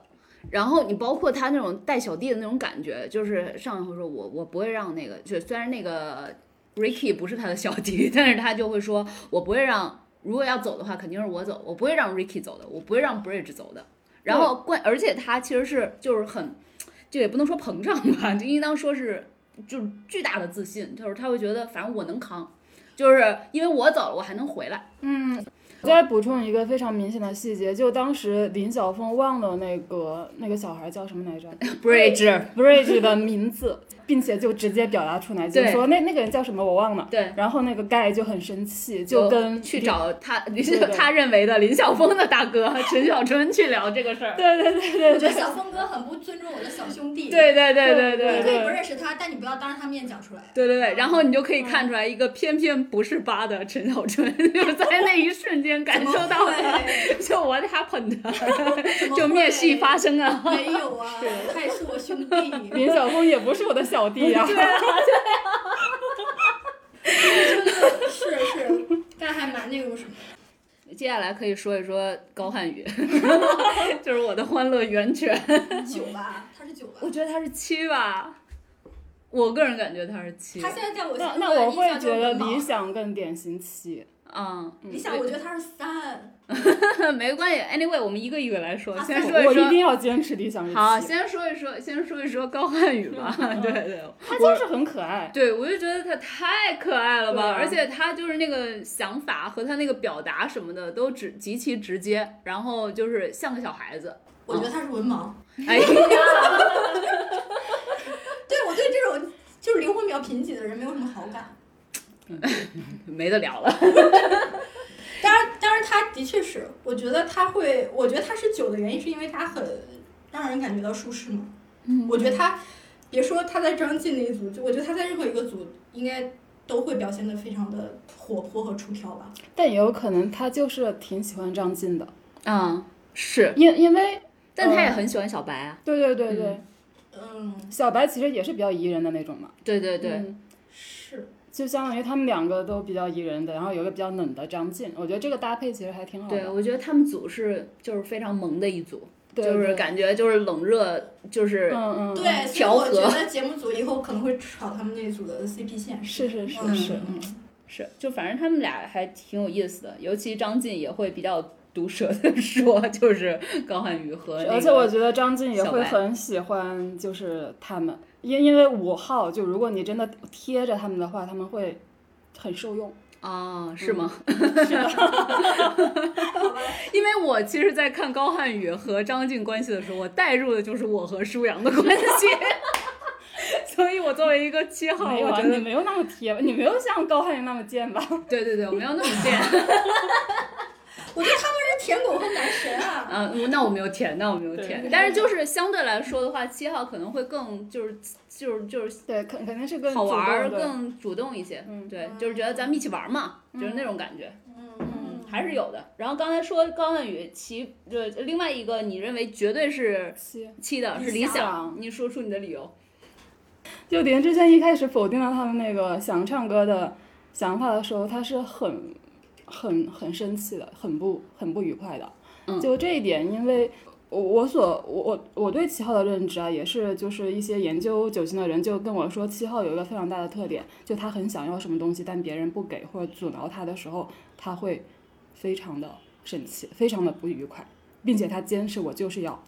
Speaker 1: 然后你包括他那种带小弟的那种感觉，就是上一回说我我不会让那个，就虽然那个 Ricky 不是他的小弟，但是他就会说，我不会让，如果要走的话，肯定是我走，我不会让 Ricky 走的，我不会让 Bridge 走的。然后关，而且他其实是就是很，就也不能说膨胀吧，就应当说是就是巨大的自信，就是他会觉得反正我能扛，就是因为我走了，我还能回来。
Speaker 2: 嗯，我再补充一个非常明显的细节，就当时林晓峰忘了那个那个小孩叫什么来着
Speaker 1: Bridge，
Speaker 2: ，Bridge 的名字，并且就直接表达出来，就
Speaker 1: 对
Speaker 2: 说那那个人叫什么我忘了。
Speaker 1: 对，
Speaker 2: 然后那个盖就很生气，就跟
Speaker 1: 去
Speaker 2: 林
Speaker 1: 找他，
Speaker 2: 对
Speaker 1: 他认为的林晓峰的大哥陈小春去聊这个事儿。
Speaker 2: 对对对对
Speaker 3: 我觉得小峰哥很不尊重我的小兄弟。
Speaker 1: 对对对对
Speaker 3: 你
Speaker 1: 对
Speaker 3: 可
Speaker 1: 对
Speaker 3: 以不认识他，但你不要当着他面讲出来。
Speaker 1: 对对，然后你就可以看出来，一个偏偏不是八的陈小春， 就是在那一瞬间感受到了，就 what happened，
Speaker 3: 怎么会
Speaker 1: 就灭隙发生啊。
Speaker 3: 没有啊，他也是我兄弟。
Speaker 2: 林晓峰也不是我的小弟啊 呀、
Speaker 3: 是是，但还蛮那种什么。
Speaker 1: 接下来可以说一说高瀚宇，就是我的欢乐源泉。
Speaker 3: 九吧，他是九吧
Speaker 1: 我。觉得他是七吧，我个人感觉他是七。
Speaker 3: 他现在在我心
Speaker 2: 那
Speaker 3: 中
Speaker 2: 那
Speaker 3: 的
Speaker 2: 我
Speaker 3: 印
Speaker 2: 会
Speaker 3: 象
Speaker 2: 觉
Speaker 3: 就
Speaker 2: 得
Speaker 3: 是文盲
Speaker 2: 理想更典型七，
Speaker 1: 嗯，
Speaker 3: 理想，我觉得他是三。
Speaker 1: 没关系。Anyway，我们一个一个来说，
Speaker 3: 啊
Speaker 1: 先说一
Speaker 2: 我
Speaker 1: 说。
Speaker 2: 一定要坚持理想是
Speaker 1: 好，
Speaker 2: 七，
Speaker 1: 先说一说，先说一说高瀚宇 吧。对对
Speaker 2: 他就是很可爱。
Speaker 1: 对，我就觉得他太可爱了吧，
Speaker 2: 对啊
Speaker 1: 而且他就是那个想法和他那个表达什么的都直极其直接，然后就是像个小孩子。
Speaker 2: 嗯
Speaker 3: 我觉得他是文盲。
Speaker 1: 哎呀，
Speaker 3: 对我对这种就是灵魂比较贫瘠的人没有什么好感。
Speaker 1: 没得聊了。
Speaker 3: 当然，当然他的确是，我觉得他会，我觉得他是九的原因是因为他很让人感觉到舒适嘛。
Speaker 1: 嗯
Speaker 3: 我觉得他，别说他在张晋那一组，就我觉得他在任何一个组应该都会表现得非常的活泼和出挑吧。
Speaker 2: 但也有可能他就是挺喜欢张晋的，啊
Speaker 1: 嗯，是，
Speaker 2: 因因为
Speaker 1: 但他也
Speaker 2: 嗯
Speaker 1: 很喜欢小白啊。
Speaker 2: 对对对对，
Speaker 3: 嗯，
Speaker 2: 小白其实也是比较宜人的那种嘛。
Speaker 1: 对对对，
Speaker 2: 嗯
Speaker 3: 是，
Speaker 2: 就相当于他们两个都比较宜人的，然后有一个比较冷的张晋，我觉得这个搭配其实还挺好
Speaker 1: 对，
Speaker 2: 的。
Speaker 1: 我觉得他们组是就是非常萌的一组，
Speaker 2: 对，
Speaker 1: 就是
Speaker 2: 对
Speaker 1: 感觉就是冷热，就是
Speaker 2: 嗯嗯，
Speaker 3: 对，所以
Speaker 1: 调
Speaker 3: 我
Speaker 1: 和
Speaker 3: 觉得节目组以后可能会炒他们那组的 CP 线。
Speaker 2: 是是是
Speaker 3: 嗯
Speaker 2: 是，
Speaker 1: 是，就反正他们俩还挺有意思的，尤其张晋也会比较毒舌的 说，就是高瀚宇和、那个、
Speaker 2: 而且我觉得张晋也
Speaker 1: 小
Speaker 2: 会
Speaker 1: 白
Speaker 2: 很喜欢，就是他们，因因为五号就如果你真的贴着他们的话，他们会很受 用。
Speaker 1: 啊，
Speaker 2: 嗯
Speaker 1: 是吗？因为我其实，在看高瀚宇和张晋关系的时候，我带入的就是我和舒阳的关系， 所以我作为一个七号，
Speaker 2: 没有，啊
Speaker 1: 我觉
Speaker 2: 你
Speaker 1: 得
Speaker 2: 没有那么贴吧，你没有像高瀚宇那么贱吧？
Speaker 1: 对对对，我没有那么贱。
Speaker 3: 我觉得他们是舔狗和男神啊。
Speaker 1: 啊，我那我没有舔，那我没有
Speaker 2: 对
Speaker 1: 舔，但是就是相对来说的话，七号可能会更就是就是就是
Speaker 2: 对，肯肯定是更
Speaker 1: 好玩儿，
Speaker 2: 主动的
Speaker 1: 更主动一些。
Speaker 2: 嗯
Speaker 1: 对，就是觉得咱们一起玩儿嘛，就是那种感觉。
Speaker 3: 嗯，
Speaker 1: 还是有的。然后刚才说高瀚宇，其呃另外一个你认为绝对是
Speaker 2: 七
Speaker 1: 七的是理
Speaker 3: 理
Speaker 1: 想
Speaker 2: 想，
Speaker 1: 你说出你的理由。
Speaker 2: 就林之前一开始否定了他们那个想唱歌的想法的时候，他是很、很、很生气的，很不、很不愉快的。
Speaker 1: 嗯
Speaker 2: 就这一点，因为我我所我我我对七号的认知啊，也是就是一些研究九型的人就跟我说，七号有一个非常大的特点，就他很想要什么东西，但别人不给或者阻挠他的时候，他会非常的生气，非常的不愉快，并且他坚持我就是要。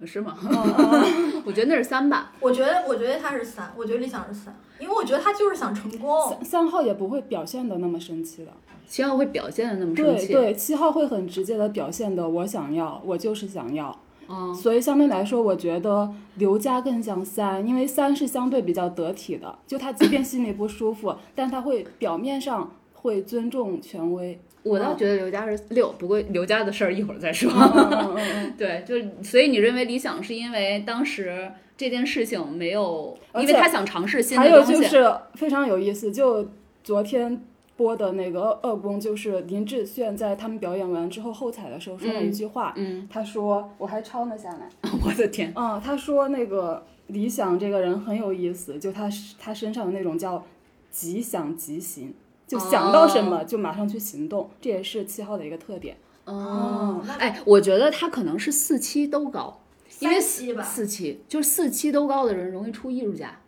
Speaker 1: 呃是吗？嗯 我觉得那是三吧。
Speaker 3: 我觉得，我觉得他是三，我觉得理想是三，因为我觉得他就是想成功。
Speaker 2: 三三号也不会表现的那么生气的。
Speaker 1: 七号会表现的那么生
Speaker 2: 对
Speaker 1: 气，
Speaker 2: 对，七号会很直接的表现的，我想要，我就是想要。
Speaker 1: 嗯，
Speaker 2: 所以相对来说，我觉得刘佳更像三，因为三是相对比较得体的，就他即便心里不舒服，但他会表面上会尊重权威。
Speaker 1: 我倒觉得刘佳是六，不过刘佳的事儿一会儿再说。
Speaker 2: 嗯嗯嗯 嗯
Speaker 1: 对，就是所以你认为理想是因为当时这件事情没有，
Speaker 2: 而
Speaker 1: 因
Speaker 2: 且
Speaker 1: 为他想尝试新
Speaker 2: 嗯还
Speaker 1: 的
Speaker 2: 有
Speaker 1: 东西。
Speaker 2: 就是非常有意思，就昨天播的那个《恶恶宫》，就是林志炫在他们表演完之后后采的时候说了一句话，
Speaker 1: 嗯，
Speaker 2: 他说我还抄了下来。
Speaker 1: 我的天，
Speaker 2: 嗯，他说那个理想这个人很有意思，就他是他身上的那种叫即想即行，就想到什么就马上去行动，这也是七号的一个特点。
Speaker 1: 哦
Speaker 3: 那，
Speaker 1: 哎，我觉得他可能是四期都高，因为
Speaker 3: 三期吧，
Speaker 1: 四期就是四期都高的人容易出艺术家，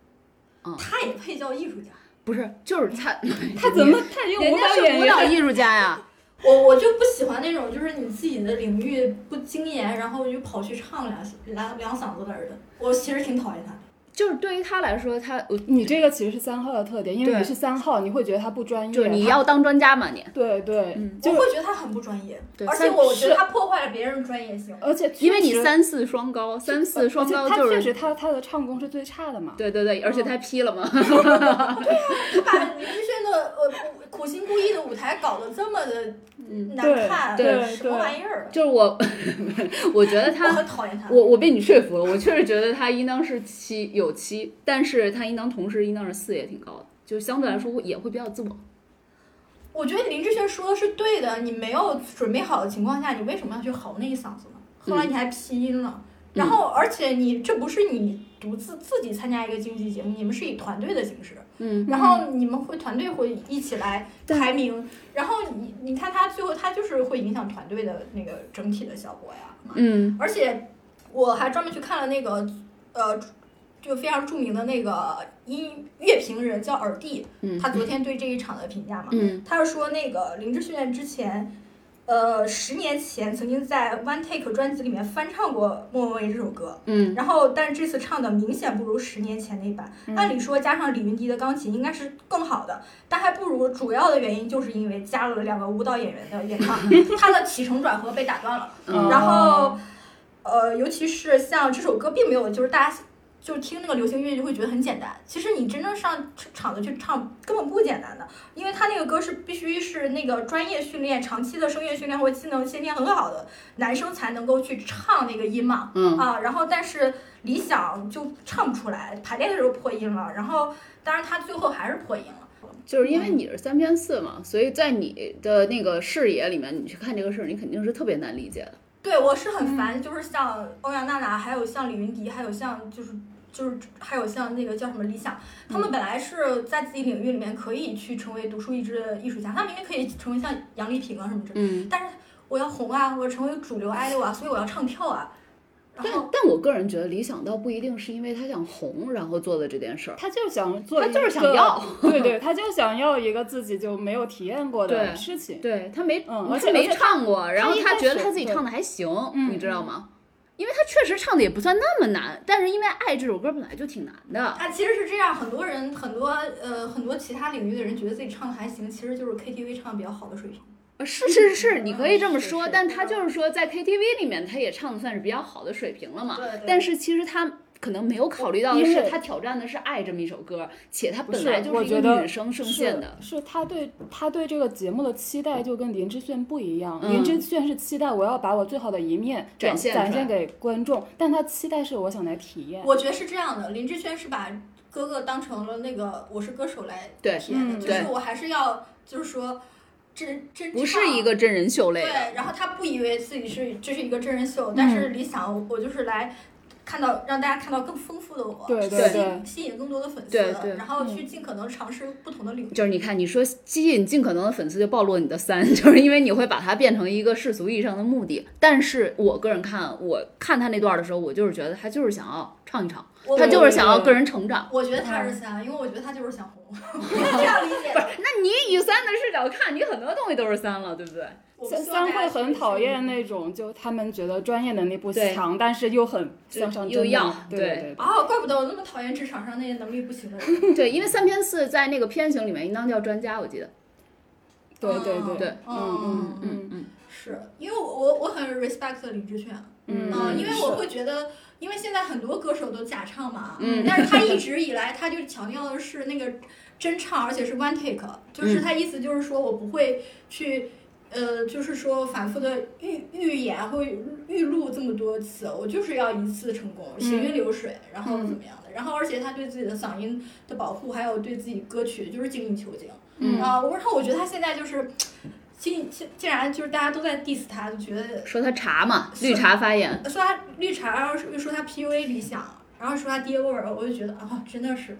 Speaker 3: 他也配叫艺术家？
Speaker 1: 不是，就是 他，
Speaker 2: 他怎么他又
Speaker 1: 人
Speaker 2: 舞
Speaker 1: 家
Speaker 2: 蹈
Speaker 1: 是
Speaker 2: 演
Speaker 1: 舞蹈
Speaker 2: 员？
Speaker 1: 艺术家呀？
Speaker 3: 我我就不喜欢那种就是你自己的领域不精研，然后就跑去唱两两两嗓子的人。我其实挺讨厌他的。
Speaker 1: 就是对于他来说，他我
Speaker 2: 你这个其实是三号的特点，因为
Speaker 1: 对
Speaker 2: 你是三号，你会觉得他不专业。
Speaker 1: 就是你
Speaker 2: 他
Speaker 1: 要当专家嘛，你
Speaker 2: 对对，
Speaker 1: 嗯
Speaker 2: 就
Speaker 3: 我会觉得他很不专业，
Speaker 1: 对
Speaker 3: 而且
Speaker 1: 三
Speaker 3: 我觉得
Speaker 2: 是
Speaker 3: 他破坏了别人的专业性。
Speaker 2: 而且确
Speaker 1: 因为你
Speaker 2: 实
Speaker 1: 三四双高，三四双高
Speaker 2: 而且他
Speaker 1: 就
Speaker 2: 确
Speaker 1: 是
Speaker 2: 实他他的唱功是最差的嘛。
Speaker 1: 对对对，而且他批了嘛，
Speaker 3: 他把林志炫的呃苦苦心孤诣的舞台搞得这么的
Speaker 1: 嗯
Speaker 3: 难看，
Speaker 1: 对
Speaker 2: 对
Speaker 3: 什
Speaker 2: 对
Speaker 3: 么玩意儿？啊
Speaker 1: 就是我 我觉得
Speaker 3: 我
Speaker 1: 他
Speaker 3: 很讨厌他。
Speaker 1: 我我被你说服了，我确实觉得他应当是七有七，但是他应当同时应当是四也挺高的，就相对来说会也会比较自我。
Speaker 3: 我觉得林志炫说的是对的，你没有准备好的情况下，你为什么要去嚎那一嗓子呢？后
Speaker 1: 嗯
Speaker 3: 来你还拼音了，然后而且你这不是你独自自己参加一个竞技节目，你们是以团队的形式，
Speaker 1: 嗯，
Speaker 3: 然后你们会团队会一起来排名，然后你你看他最后他就是会影响团队的那个整体的效果呀，
Speaker 1: 嗯
Speaker 3: 而且我还专门去看了那个呃。就非常著名的那个音乐评人叫尔弟，
Speaker 1: 嗯
Speaker 3: 他昨天对这一场的评价嘛，
Speaker 1: 嗯
Speaker 3: 他是说那个林志炫之前，呃，十年前曾经在《One Take》专辑里面翻唱过《莫文蔚》这首歌，
Speaker 1: 嗯
Speaker 3: 然后但是这次唱的明显不如十年前那版。按理说加上李云迪的钢琴应该是更好的，但还不如。主要的原因就是因为加了两个舞蹈演员的演 唱，他的起承转合被打断了。
Speaker 1: 嗯
Speaker 3: 然后，呃，尤其是像这首歌并没有，就是大家就听那个流行乐就会觉得很简单。其实你真正上场子去唱根本不简单的，因为他那个歌是必须是那个专业训练、长期的声乐训练或技能先天很好的男生才能够去唱那个音嘛。
Speaker 1: 嗯
Speaker 3: 啊，然后但是理想就唱不出来，排练的时候破音了，然后当然他最后还是破音了。
Speaker 1: 就是因为你是三偏四嘛，所以在你的那个视野里面，你去看这个事儿，你肯定是特别难理解的。
Speaker 3: 对我是很烦，就是像欧阳娜娜，还有像李云迪，还有像就是。就是还有像那个叫什么理想，他们本来是在自己领域里面可以去成为独树一帜的艺术家，他们明明可以成为像杨丽萍啊什么之类的，
Speaker 1: 嗯
Speaker 3: 但是我要红啊，我要成为主流 idol 啊，所以我要唱跳啊，然
Speaker 1: 但
Speaker 3: 后
Speaker 1: 但我个人觉得，李想到不一定是因为他想红，然后做的这件事儿，
Speaker 2: 他就想做，
Speaker 1: 他就是想要，
Speaker 2: 对对，他就想要一个自己就没有体验过
Speaker 1: 对
Speaker 2: 的事情。
Speaker 1: 对他没，
Speaker 2: 嗯
Speaker 1: 他
Speaker 2: 而且
Speaker 1: 没
Speaker 2: 而且他
Speaker 1: 唱过，然后
Speaker 2: 一
Speaker 1: 他
Speaker 2: 开
Speaker 1: 觉得
Speaker 2: 始
Speaker 1: 他自己
Speaker 2: 对
Speaker 1: 唱的还行，
Speaker 2: 嗯
Speaker 1: 你知道吗？因为他确实唱的也不算那么难，但是因为《爱》这首歌本来就挺难的，
Speaker 3: 啊，其实是这样，很多人很多呃很多其他领域的人觉得自己唱的还行，其实就是 KTV 唱的比较好的水平。
Speaker 1: 呃是是是，你可以这么
Speaker 2: 嗯是
Speaker 1: 说，
Speaker 2: 是
Speaker 1: 但他就是说在 KTV 里面，他也唱的算是比较好的水平了嘛。
Speaker 3: 对对
Speaker 1: 但是其实他可能没有考虑到的
Speaker 2: 因
Speaker 1: 是，
Speaker 2: 为
Speaker 1: 他挑战的是《爱》这么一首歌，且他
Speaker 2: 不
Speaker 1: 本
Speaker 2: 是
Speaker 1: 来就
Speaker 2: 我
Speaker 1: 是一
Speaker 2: 觉
Speaker 1: 个
Speaker 2: 得
Speaker 1: 女生声
Speaker 2: 是
Speaker 1: 线的，
Speaker 2: 是他对他对这个节目的期待就跟林志炫不一样。
Speaker 1: 嗯
Speaker 2: 林志炫是期待我要把我最好的一面
Speaker 1: 展
Speaker 2: 表
Speaker 1: 现出
Speaker 2: 展
Speaker 1: 来
Speaker 2: 现给观众，但他期待是我想来体验。
Speaker 3: 我觉得是这样的，林志炫是把哥哥当成了那个《我是歌手》来
Speaker 1: 对
Speaker 3: 体验的，
Speaker 2: 嗯
Speaker 3: 就是
Speaker 1: 对
Speaker 3: 我还是要就是说真真
Speaker 1: 不是
Speaker 3: 唱
Speaker 1: 一个真人秀类
Speaker 3: 对
Speaker 1: 的。，
Speaker 3: 然后他不以为自己是这是一个真人秀，但是理想我就是来看到让大家看到更丰富的我，
Speaker 2: 对
Speaker 1: 对
Speaker 3: 吸
Speaker 2: 对
Speaker 3: 引吸引更多的粉丝，
Speaker 1: 对对
Speaker 3: 然后去尽可能尝试不同的领域。
Speaker 1: 就是你看，你说吸引尽可能的粉丝，就暴露了你的三， 就是因为你会把它变成一个世俗意义上的目的。但是我个人看，我看他那段的时候，我就是觉得他就是想要唱一唱，
Speaker 3: 我
Speaker 1: 他就是想要
Speaker 2: 对
Speaker 1: 个人成长。
Speaker 3: 我觉得他是三，因为我觉得他就是想红， 这样理解
Speaker 1: 不。是，那你以三的视角看，你很多东西都是三了，对不对？
Speaker 3: 我
Speaker 2: 三
Speaker 3: 希
Speaker 2: 三
Speaker 3: 望大家
Speaker 2: 会很
Speaker 3: 去
Speaker 2: 讨厌那种，就他们觉得专业能力不
Speaker 1: 对
Speaker 2: 强，但是又很向上
Speaker 1: 又
Speaker 2: 真
Speaker 1: 要
Speaker 2: 的，对
Speaker 1: 对
Speaker 2: 对。
Speaker 3: 啊，怪不得我那么讨厌职场上那些能力不行的人。
Speaker 1: 对，因为三篇四在那个片型里面应当叫专家，我记得。
Speaker 2: 对
Speaker 3: 哦
Speaker 2: 对对
Speaker 1: 对
Speaker 3: 嗯
Speaker 2: 嗯
Speaker 1: 嗯嗯，
Speaker 3: 是因为我我我很 respect 林志炫，
Speaker 1: 嗯
Speaker 3: 嗯，因为我
Speaker 2: 是
Speaker 3: 会觉得，因为现在很多歌手都假唱嘛，
Speaker 1: 嗯
Speaker 3: 但是他一直以来他就强调的是那个真唱，而且是 one take，就是
Speaker 1: 嗯
Speaker 3: 他意思就是说我不会去，呃，就是说反复的预预演啊或预录这么多次，我就是要一次成功，行
Speaker 1: 嗯
Speaker 3: 云流水，然后怎么样的，然后而且他对自己的嗓音的保护，还有对自己歌曲就是精益求精，
Speaker 1: 嗯
Speaker 3: 啊，我然后我觉得他现在就是。竟竟竟然就是大家都在 diss 他，就觉得
Speaker 1: 嗯说他茶嘛，
Speaker 3: 是
Speaker 1: 绿茶发言。
Speaker 3: 说他绿茶，然后又说他 PUA 理想，然后说他爹味儿，我就觉得啊，真的是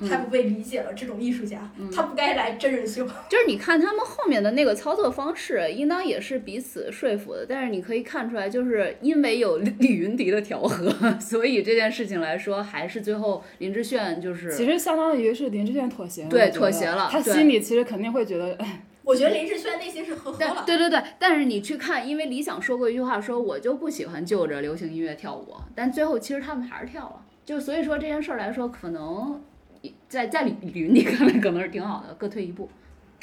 Speaker 1: 嗯
Speaker 3: 太不被理解了。这种艺术家，他不该来真人秀。
Speaker 1: 就是你看他们后面的那个操作方式，应当也是彼此说服的。但是你可以看出来，就是因为有李李云迪的调和， 所以这件事情来说，还是最后林志炫就是
Speaker 2: 其实相当于是林志炫妥协了，
Speaker 1: 对
Speaker 2: 我觉
Speaker 1: 妥
Speaker 2: 得
Speaker 1: 协了
Speaker 2: 他
Speaker 1: 对
Speaker 2: 心里其实肯定会觉得，
Speaker 3: 我觉得林志炫内心是呵呵
Speaker 1: 但
Speaker 3: 了。
Speaker 1: 对对对，但是你去看，因为李想说过一句话，说我就不喜欢就着流行音乐跳舞，但最后其实他们还是跳了。就所以说这件事儿来说，可能在在李李云迪看来可能是挺好的，各退一步。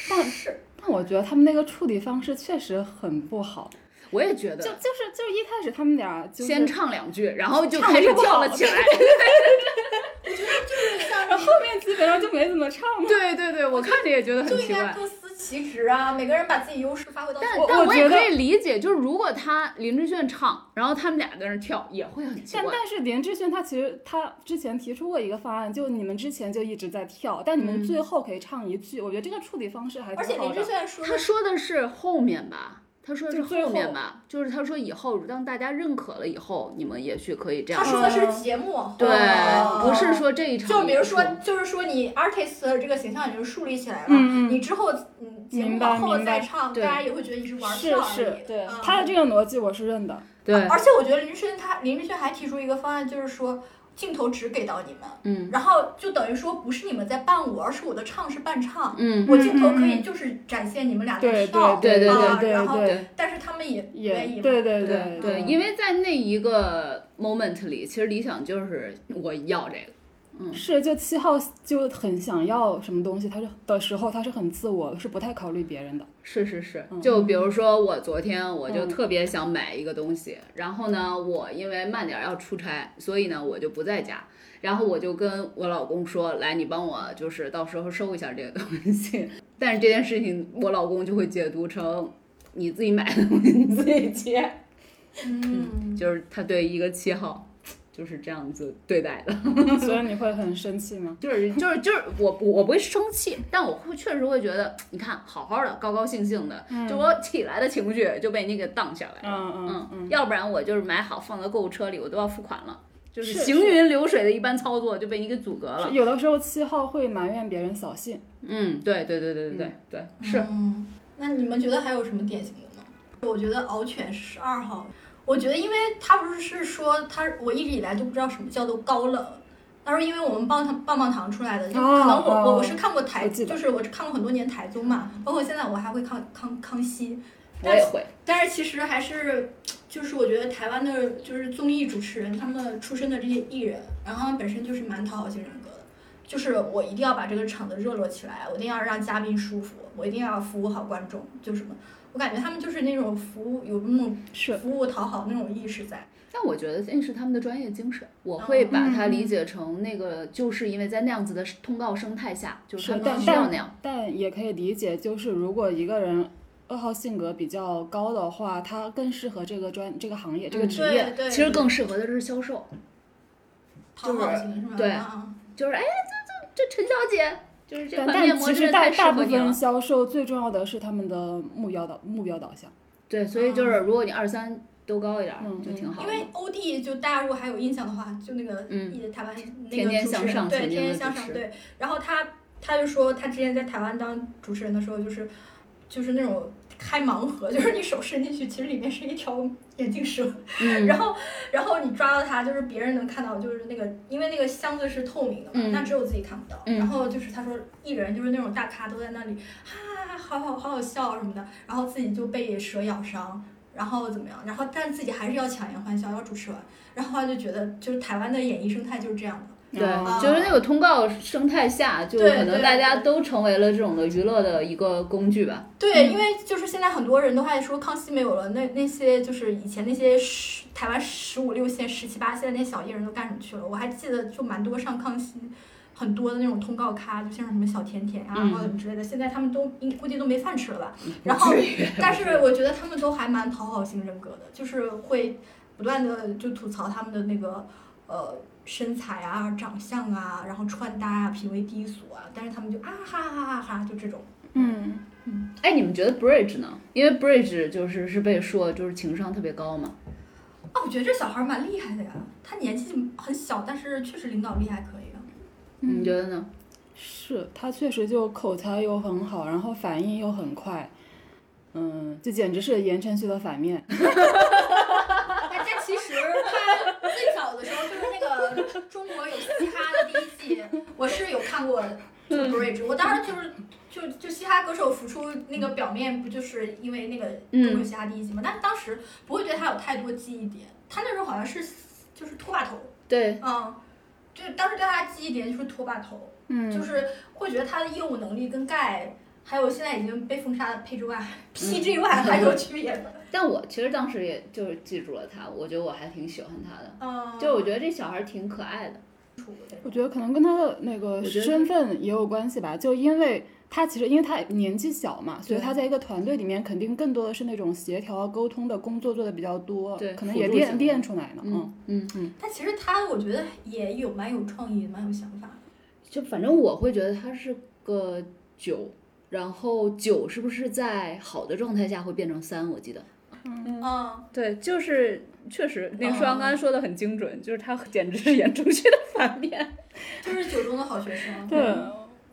Speaker 3: 但是
Speaker 2: 但我觉得他们那个处理方式确实很不好。
Speaker 1: 我也觉
Speaker 2: 就
Speaker 1: 得，
Speaker 2: 就是就是一开始他们俩就是
Speaker 1: 先唱两句，然后就
Speaker 2: 唱
Speaker 1: 开始
Speaker 2: 得不
Speaker 1: 跳
Speaker 2: 好
Speaker 1: 了 起来。
Speaker 3: 就是像
Speaker 2: 然后后面基本上就没怎么唱了。
Speaker 1: 对对对，我看着也觉得很
Speaker 3: 就应
Speaker 1: 奇
Speaker 3: 该
Speaker 1: 怪。
Speaker 3: 各司其职啊，每个人把自己优势发挥到最
Speaker 1: 但
Speaker 3: 大。
Speaker 1: 但
Speaker 2: 我
Speaker 1: 我也
Speaker 2: 觉
Speaker 1: 可
Speaker 2: 得
Speaker 1: 以理解，就是如果他林志炫唱，然后他们俩在那儿跳，也会很奇
Speaker 2: 但
Speaker 1: 怪。
Speaker 2: 但是林志炫他其实他之前提出过一个方案，就你们之前就一直在跳，但你们最后可以唱一句。我觉得这个处理方式还
Speaker 3: 而且
Speaker 2: 挺好
Speaker 3: 林志
Speaker 2: 的。
Speaker 3: 炫说的
Speaker 1: 他说的是后面吧？他说的是
Speaker 2: 就最
Speaker 1: 后
Speaker 2: 后
Speaker 1: 面吧？就是他说以后当大家认可了以后，你们也许可以这样
Speaker 3: 他。说的是节目，
Speaker 1: 对，
Speaker 3: 哦
Speaker 1: 不是说这一场演出。
Speaker 3: 就比如说，就是说你 artist 的这个形象已经树立起来了，
Speaker 2: 嗯嗯
Speaker 3: 你之后嗯节目
Speaker 2: 明白
Speaker 3: 往后
Speaker 2: 明
Speaker 3: 再
Speaker 2: 白
Speaker 3: 唱，大
Speaker 1: 对
Speaker 3: 家也会觉得你是玩
Speaker 2: 是
Speaker 3: 票而已。
Speaker 2: 是，对
Speaker 3: 嗯
Speaker 2: 他的这个逻辑我是认的。
Speaker 1: 对，
Speaker 3: 啊而且我觉得林志炫他林志炫还提出一个方案，就是说镜头只给到你们，
Speaker 1: 嗯
Speaker 3: 然后就等于说不是你们在伴舞，而是我的唱是伴唱，
Speaker 1: 嗯，
Speaker 3: 我镜头可以就是展现你们俩的
Speaker 2: 对
Speaker 3: 跳，
Speaker 2: 对对
Speaker 1: 对
Speaker 3: 啊
Speaker 2: 对对
Speaker 3: 然后
Speaker 2: 对，
Speaker 3: 但是他们也不愿意
Speaker 2: 也
Speaker 3: 嘛，
Speaker 2: 对对
Speaker 1: 对对，
Speaker 2: 嗯
Speaker 1: 因为在那一个 moment 里，其实理想就是我要这个。
Speaker 2: 是，就七号就很想要什么东西，他是的时候他是很自我的，是不太考虑别人的。
Speaker 1: 是是是，
Speaker 2: 嗯
Speaker 1: 就比如说我昨天我就
Speaker 2: 嗯
Speaker 1: 特别想买一个东西，然后呢，我因为慢点儿要出差，所以呢我就不在家，然后我就跟我老公说，来你帮我就是到时候收一下这个东西， 但是这件事情我老公就会解读成你自己买的东西你自己接，
Speaker 3: 嗯，
Speaker 1: 就是他对一个七号就是这样子对待的，
Speaker 2: 所以你会很生气吗？
Speaker 1: 就是就是就是我不我不会生气，但我会确实会觉得，你看好好的高高兴兴的，就我起来的情绪就被你给荡下来了。
Speaker 2: 嗯嗯
Speaker 1: 嗯嗯，
Speaker 2: 嗯，
Speaker 1: 要不然我就是买好放到购物车里，我都要付款了。就是
Speaker 2: 是
Speaker 1: 行云流水的一般操作就被你给阻隔
Speaker 2: 是
Speaker 1: 了。
Speaker 2: 有的时候七号会埋怨别人扫兴，
Speaker 1: 嗯，对对对对对对对，是
Speaker 3: 嗯嗯，那你们觉得还有什么典型的吗？我觉得敖犬是二号，我觉得，因为他不是是说他，我一直以来就不知道什么叫做高冷。他说，因为我们棒糖棒棒糖出来的，就可能我
Speaker 2: 哦
Speaker 3: 我
Speaker 2: 哦
Speaker 3: 我是看过台，
Speaker 2: 我记得
Speaker 3: 就是我是看过很多年台综嘛，包括现在我还会看康康熙。
Speaker 1: 我也会。
Speaker 3: 但是其实还是，就是我觉得台湾的，就是综艺主持人他们出身的这些艺人，然后他们本身就是蛮讨好型人格的，就是我一定要把这个场子热络起来，我一定要让嘉宾舒服，我一定要服务好观众，就什么，我感觉他们就是那种服务有那种
Speaker 2: 是
Speaker 3: 服务讨好那种意识在。
Speaker 1: 但我觉得那是他们的专业精神，我会把它理解成那个，就是因为在那样子的通告生态下，就是他
Speaker 2: 是但
Speaker 1: 们需要那样。
Speaker 2: 但也可以理解，就是如果一个人二号性格比较高的话，他更适合这个专这个行业这个
Speaker 1: 嗯
Speaker 2: 职业。
Speaker 3: 对对，
Speaker 1: 其实更适合的是销售，
Speaker 3: 讨好型是吧？
Speaker 1: 对
Speaker 3: 啊
Speaker 1: 就是哎，这这这陈小姐，就是这
Speaker 2: 但
Speaker 1: 款面
Speaker 2: 但
Speaker 1: 膜
Speaker 2: 其
Speaker 1: 真
Speaker 2: 实
Speaker 1: 的
Speaker 2: 大
Speaker 1: 太适
Speaker 2: 大
Speaker 1: 合
Speaker 2: 部
Speaker 1: 你
Speaker 2: 分
Speaker 1: 了。
Speaker 2: 销售最重要的是他们的目标导目标导向，
Speaker 1: 对，所以就是如果你二三都高一点儿，
Speaker 2: 嗯
Speaker 1: 就挺好
Speaker 3: 因
Speaker 1: 的。
Speaker 3: 为欧弟就大家如果还有印象的话，就那个
Speaker 1: 嗯
Speaker 3: 一台湾那
Speaker 1: 天
Speaker 3: 个
Speaker 1: 天
Speaker 3: 主持
Speaker 1: 向
Speaker 3: 人，
Speaker 1: 上
Speaker 3: 对，
Speaker 1: 曾
Speaker 3: 天
Speaker 1: 经
Speaker 3: 天
Speaker 1: 的
Speaker 3: 向
Speaker 1: 主
Speaker 3: 上，
Speaker 1: 持
Speaker 3: 对。然后他他就说，他之前在台湾当主持人的时候，就是就是那种开盲盒，就是你手伸进去，其实里面是一条眼镜蛇，
Speaker 1: 嗯，
Speaker 3: 然后然后你抓到它，就是别人能看到，就是那个因为那个箱子是透明的嘛，
Speaker 1: 嗯
Speaker 3: 但只有自己看不到。
Speaker 1: 嗯
Speaker 3: 然后就是他说艺人就是那种大咖都在那里哈，好好好好笑啊什么的，然后自己就被蛇咬伤。然后怎么样？然后但自己还是要强颜欢笑，要主持完。然后他就觉得，就是台湾的演艺生态就是这样的。
Speaker 1: 对，
Speaker 2: 啊
Speaker 1: 就是那个通告生态下，就
Speaker 3: 对
Speaker 1: 可能
Speaker 3: 对
Speaker 1: 大家
Speaker 3: 对
Speaker 1: 都成为了这种的娱乐的一个工具吧。
Speaker 3: 对，因为就是现在很多人都还说康熙没有了，那那些就是以前那些十台湾十五六线、十七八线那些小艺人都干什么去了？我还记得就蛮多上康熙。很多的那种通告咖，就像什么小甜甜啊，
Speaker 1: 嗯
Speaker 3: 或者什么之类的，现在他们都应估计都没饭吃了吧。然后，但是我觉得他们都还蛮讨好型人格的，就是会不断的就吐槽他们的那个呃身材啊、长相啊，然后穿搭啊、品味低俗啊，但是他们就啊哈哈哈哈，就这种。
Speaker 2: 嗯，
Speaker 1: 哎，你们觉得 Bridge 呢？因为 Bridge 就是是被说就是情商特别高嘛。
Speaker 3: 啊，我觉得这小孩儿蛮厉害的呀，他年纪很小，但是确实领导力还可以啊。
Speaker 1: 你觉得呢？
Speaker 2: 是他确实就口才又很好，然后反应又很快，嗯，这简直是言承旭的反面。
Speaker 3: 但但其 实他最早的时候就是那个《中国有嘻哈》的第一季，我是有看过这个 Bridge，我当时就是就就嘻哈歌手浮出那个表面，不就是因为那个《中国有嘻哈》第一季嘛？但是当时不会觉得他有太多记忆点，他那时候好像是就是拖把头，
Speaker 1: 对，
Speaker 3: 嗯，就当时对他的记忆点就是拖把头。就
Speaker 2: 嗯，
Speaker 3: 是会觉得他的业务能力跟盖，还有现在已经被封杀的 PG One、PG One 还有区别的。
Speaker 1: 但我其实当时也就是记住了他，我觉得我还挺喜欢他的，
Speaker 3: 嗯，
Speaker 1: 就我觉得这小孩儿挺可爱的。
Speaker 2: 我觉得可能跟他的那
Speaker 1: 我
Speaker 2: 个
Speaker 1: 觉得
Speaker 2: 身份也有关系吧，就因为他其实因为他年纪小嘛，所以
Speaker 1: 对
Speaker 2: 他在一个团队里面肯定更多的是那种协调啊沟通的工作做的比较多，
Speaker 1: 对
Speaker 2: 可能
Speaker 1: 辅
Speaker 2: 也
Speaker 1: 助型
Speaker 2: 练
Speaker 1: 的
Speaker 2: 练出来了，嗯
Speaker 1: 嗯嗯，
Speaker 3: 但其实他我觉得也有蛮有创意，蛮有想法。
Speaker 1: 就反正我会觉得他是个九，然后九是不是在好的状态下会变成三？我记得。
Speaker 3: 嗯，
Speaker 1: 对，就是确实，那
Speaker 3: 个舒阳刚才
Speaker 1: 说的很精
Speaker 2: 嗯
Speaker 1: 准，就是他简直是言承旭的反面。
Speaker 3: 就是九中的好学生。
Speaker 2: 对，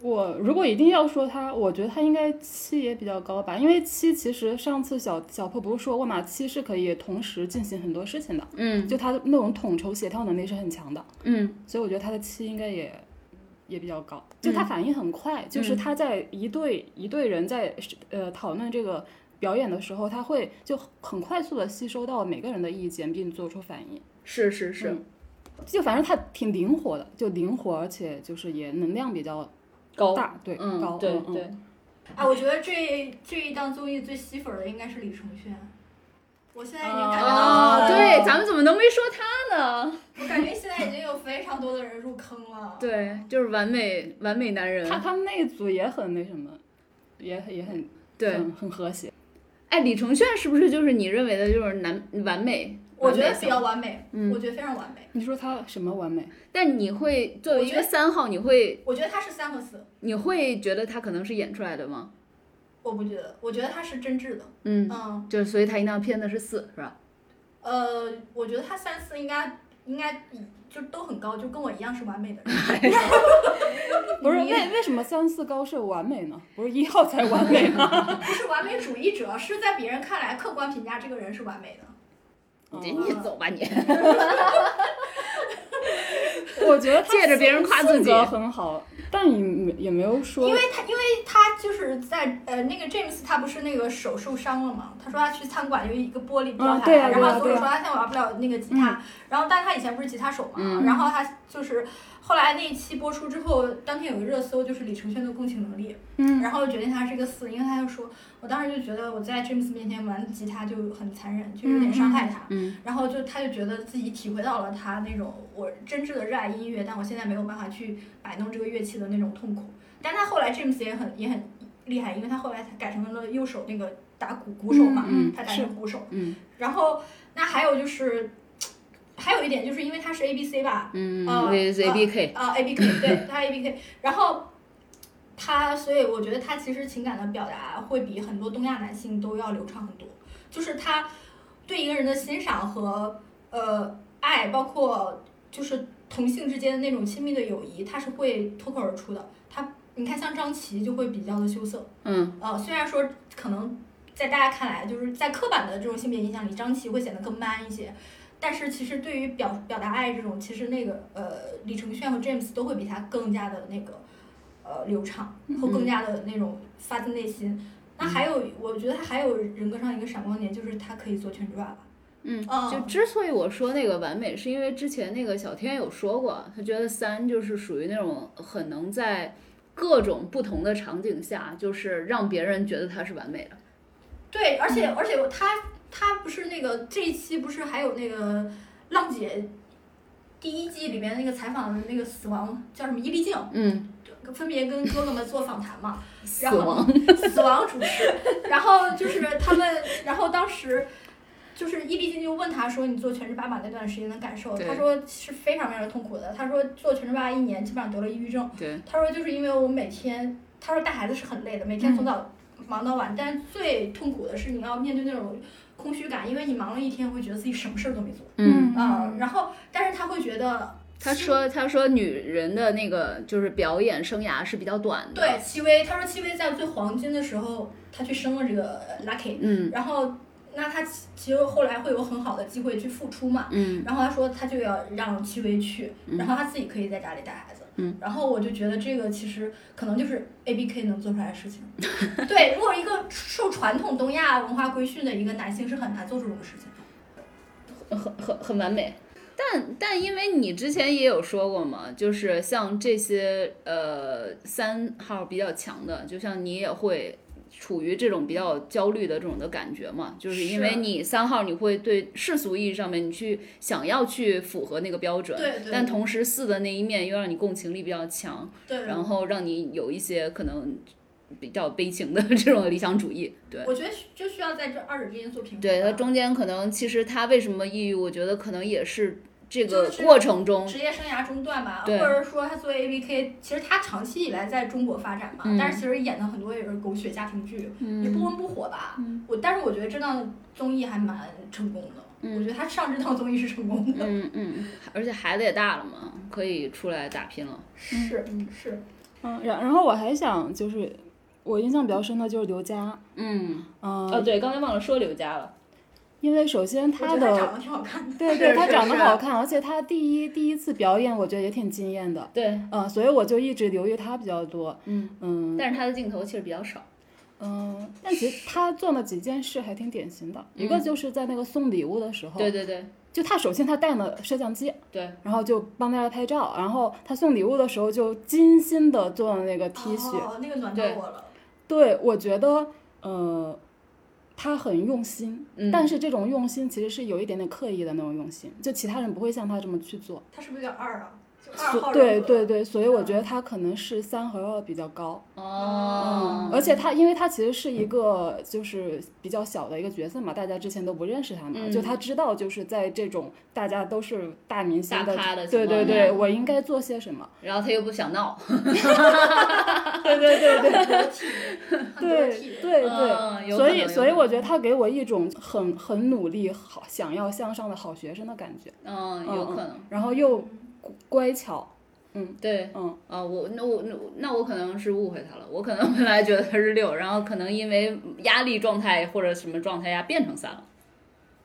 Speaker 2: 我如果一定要说他，我觉得他应该七也比较高吧，因为七其实上次小小破不是说过嘛，七是可以同时进行很多事情的，
Speaker 1: 嗯
Speaker 2: 就他的那种统筹协调能力是很强的，
Speaker 1: 嗯，
Speaker 2: 所以我觉得他的七应该也。也比较高，就他反应很快，
Speaker 1: 嗯
Speaker 2: 就是他在一队、一队人在呃讨论这个表演的时候，他会就很快速的吸收到每个人的意见，并做出反应。
Speaker 1: 是是是，
Speaker 2: 嗯就反正他挺灵活的，就灵活，而且就是也能量比较
Speaker 1: 高
Speaker 2: 大，对，
Speaker 1: 嗯
Speaker 2: 高，
Speaker 1: 对
Speaker 2: 嗯嗯
Speaker 1: 对，
Speaker 3: 哎，我觉得这这一档综艺最吸粉儿的应该是李承铉。我现在已经感觉到，
Speaker 1: 哦，
Speaker 2: 啊
Speaker 1: 对，咱们怎么能没说他呢？
Speaker 3: 我感觉现在已经有非常多的人入坑了。
Speaker 1: 对，就是完美完美男人
Speaker 2: 他。他们那一组也很那什么，也很也很
Speaker 1: 对，
Speaker 2: 很很和谐。
Speaker 1: 哎，李承铉是不是就是你认为的就是男完美？
Speaker 3: 我觉
Speaker 1: 完美
Speaker 3: 得比
Speaker 1: 型
Speaker 3: 较完美，
Speaker 1: 嗯
Speaker 3: 我觉得非常完美。
Speaker 2: 你说他什么 完美？
Speaker 1: 但你会作为一个
Speaker 3: 我觉得
Speaker 1: 三号，你会
Speaker 3: 我觉得他是三和四，
Speaker 1: 你会觉得他可能是演出来的吗？
Speaker 3: 我不觉得，我觉得他是真挚的。
Speaker 1: 嗯，
Speaker 3: 嗯。
Speaker 1: 就是所以他一定要偏的是四，是吧？
Speaker 3: 呃，我觉得他三四应该应该比就都很高，就跟我一样是完美的人。
Speaker 2: 不是为为什么三四高是完美呢？不是一号才完美吗？
Speaker 3: 不是完美主义者，是在别人看来客观评价这个人是完美的。
Speaker 1: 你这你走吧你，
Speaker 2: 我觉得他
Speaker 1: 借着别人夸自己
Speaker 2: 性格很好，但也没也没有说，
Speaker 3: 因为他，因为他就是在呃，那个 James 他不是那个手受伤了嘛？他说他去餐馆有一个玻璃掉
Speaker 2: 嗯
Speaker 3: 下
Speaker 2: 对
Speaker 3: 来，
Speaker 2: 啊
Speaker 3: 然
Speaker 2: 对
Speaker 3: 后
Speaker 2: 啊
Speaker 3: 所
Speaker 2: 对嗯
Speaker 3: 以
Speaker 2: 啊
Speaker 3: 说他现在玩不了那个吉他。然后，但他以前不是吉他手嘛？
Speaker 1: 嗯
Speaker 3: 然后他就是后来那一期播出之后，当天有个热搜就是李承铉的共情能力，
Speaker 2: 嗯
Speaker 3: 然后决定他是个四，因为他就说，我当时就觉得我在 James 面前玩吉他就很残忍，就有点伤害他。
Speaker 1: 嗯，
Speaker 3: 然后就他就觉得自己体会到了他那种我真挚的热爱音乐，但我现在没有办法去摆弄这个乐器的那种痛苦。但他后来 James 也很也很厉害，因为他后来他改成了右手那个打鼓鼓手嘛，
Speaker 1: 嗯
Speaker 3: 他改成鼓手。
Speaker 1: 嗯
Speaker 3: 然后那还有就是，还有一点就是因为他是 A B C 吧，
Speaker 1: 嗯
Speaker 3: 啊
Speaker 1: ，V Z
Speaker 3: 啊
Speaker 1: B K，
Speaker 3: 啊，A B K，对，他 A B K，然后他，所以我觉得他其实情感的表达会比很多东亚男性都要流畅很多，就是他对一个人的欣赏和呃爱，包括就是同性之间的那种亲密的友谊，他是会脱口而出的。他你看，像张琪就会比较的羞涩，
Speaker 1: 嗯
Speaker 3: 呃，虽然说可能在大家看来，就是在刻板的这种性别印象里，张琪会显得更 man 一些，但是其实对于表表达爱这种，其实那个呃，李承铉和 James 都会比他更加的那个呃流畅，
Speaker 1: 嗯
Speaker 3: 和更加的那种发自内心。那还有，我觉得他还有人格上一个闪光点，就是他可以做全职爸爸。
Speaker 1: 嗯，
Speaker 3: 嗯
Speaker 1: 就之所以我说那个完美，是因为之前那个小天有说过，他觉得三就是属于那种很能在各种不同的场景下，就是让别人觉得他是完美的。
Speaker 3: 对，而
Speaker 1: 嗯
Speaker 3: 且、而且我他他不是那个这一期不是还有那个浪姐第一季里面那个采访的那个死亡叫什么伊丽静，
Speaker 1: 嗯，
Speaker 3: 分别跟哥哥们做访 谈嘛，
Speaker 1: 死
Speaker 3: 然后
Speaker 1: 亡。
Speaker 3: 死亡主持，然后就是他们，然后当时就是伊丽静就问他说：“你做全职爸爸那段时间的感受？”
Speaker 1: 对
Speaker 3: 他说是非常非常痛苦的。他说做全职爸爸一年基本上得了抑郁症。
Speaker 1: 对，
Speaker 3: 他说就是因为我每天，他说带孩子是很累的，每天从早忙到晚，但最痛苦的是你要面对那种空虚感，因为你忙了一天，会觉得自己什么事儿都没做。
Speaker 1: 嗯，
Speaker 3: 啊，然后但是他会觉得
Speaker 1: 他说他说女人的那个就是表演生涯是比较短的。
Speaker 3: 对，戚薇，他说戚薇在最黄金的时候，他去生了这个呃 Lucky，
Speaker 1: 嗯
Speaker 3: 然后那他其其实后来会有很好的机会去付出嘛。
Speaker 1: 嗯
Speaker 3: 然后他说他就要让戚薇去，
Speaker 1: 嗯
Speaker 3: 然后他自己可以在家里带孩子。
Speaker 1: 嗯
Speaker 3: 然后我就觉得这个其实可能就是 A B K 能做出来 的事情。对，如果一个受传统东亚文化规训的一个男性是很难做出这种事情的。
Speaker 1: 很很很完美。但但因为你之前也有说过嘛，就是像这些呃三号比较强的，就像你也会处于这种比较焦虑的这种的感觉嘛，就是因为
Speaker 3: 是啊
Speaker 1: 你三号你会对世俗意义上面你去想要去符合那个标准，
Speaker 3: 对对
Speaker 1: 但同时四的那一面又让你共情力比较强，
Speaker 3: 对，
Speaker 1: 然后让你有一些可能比较悲情的 这种理想主义，对。
Speaker 3: 我觉得就需要在这二者之间做平衡吧。
Speaker 1: 对，它中间可能其实他为什么抑郁，我觉得可能也是这
Speaker 3: 就
Speaker 1: 个
Speaker 3: 是
Speaker 1: 过程中，
Speaker 3: 职业生涯中断吧，
Speaker 1: 对
Speaker 3: 或者说他作为 A B K，其实他长期以来在中国发展嘛，
Speaker 1: 嗯
Speaker 3: 但是其实演的很多也是狗血家庭剧，
Speaker 2: 嗯
Speaker 3: 也不温不火吧。我但是我觉得这档综艺还蛮成功的，
Speaker 2: 嗯
Speaker 3: 我觉得他上这档综艺是成功的。
Speaker 1: 嗯嗯，而且孩子也大了嘛，可以出来打拼了。
Speaker 3: 是是，
Speaker 2: 嗯，然然后我还想就是我印象比较深的就是刘佳，
Speaker 1: 嗯，
Speaker 2: 嗯、
Speaker 1: 哦对，刚才忘了说刘佳了。
Speaker 2: 因为首先
Speaker 3: 我
Speaker 2: 她
Speaker 3: 觉得他
Speaker 2: 的
Speaker 3: 长得挺好看的。
Speaker 2: 对对，
Speaker 1: 是
Speaker 2: 她
Speaker 1: 是
Speaker 2: 长得
Speaker 1: 是啊
Speaker 2: 好看，而且她第一第一次表演，我觉得也挺惊艳的。
Speaker 1: 对，
Speaker 2: 嗯，所以我就一直留意她比较多。
Speaker 1: 嗯
Speaker 2: 嗯
Speaker 1: 但是他的镜头其实比较少。
Speaker 2: 嗯，但其实她做了几件事还挺典型的，一个
Speaker 1: 嗯
Speaker 2: 就是在那个送礼物的时候，
Speaker 1: 对对对
Speaker 2: 就她首先她带了摄像机，
Speaker 1: 对，
Speaker 2: 然后就帮大家拍照，然后她送礼物的时候就精心的做了那个 T 恤，
Speaker 3: 哦，那个暖到
Speaker 1: 对
Speaker 3: 我了。
Speaker 2: 对我觉得呃，她很用心，
Speaker 1: 嗯，
Speaker 2: 但是这种用心其实是有一点点刻意的那种用心，就其他人不会像她这么去做。
Speaker 3: 他是不是有点二啊？就二号
Speaker 2: 对
Speaker 3: 人格
Speaker 2: 对。对，所以我觉得她可能是三和二比较高，
Speaker 1: 哦，
Speaker 2: 而且她因为她其实是一个就是比较小的一个角色嘛，大家之前都不认识她嘛，
Speaker 1: 嗯
Speaker 2: 就她知道就是在这种大家都是大明星
Speaker 1: 大
Speaker 2: 的，
Speaker 1: 咖的
Speaker 2: 对
Speaker 1: 情况
Speaker 2: 对对，
Speaker 1: 下
Speaker 2: 我应该做些什 么？
Speaker 1: 然后他又不想闹，
Speaker 2: 对对对对。
Speaker 3: 很得体，很得体
Speaker 2: 对对
Speaker 1: 嗯
Speaker 2: 对，
Speaker 1: 有
Speaker 2: 所
Speaker 1: 可
Speaker 2: 以
Speaker 1: 能
Speaker 2: 所以
Speaker 1: 有可
Speaker 2: 我觉得他给我一种很很努力、好想要向上的好学生的感觉，
Speaker 1: 嗯，
Speaker 2: 嗯
Speaker 1: 有可能。
Speaker 2: 然后又乖巧，
Speaker 1: 对，
Speaker 2: 嗯，
Speaker 1: 啊、我那我那我那我可能是误会他了，我可能本来觉得他是六，然后可能因为压力状态或者什么状态下变成三了。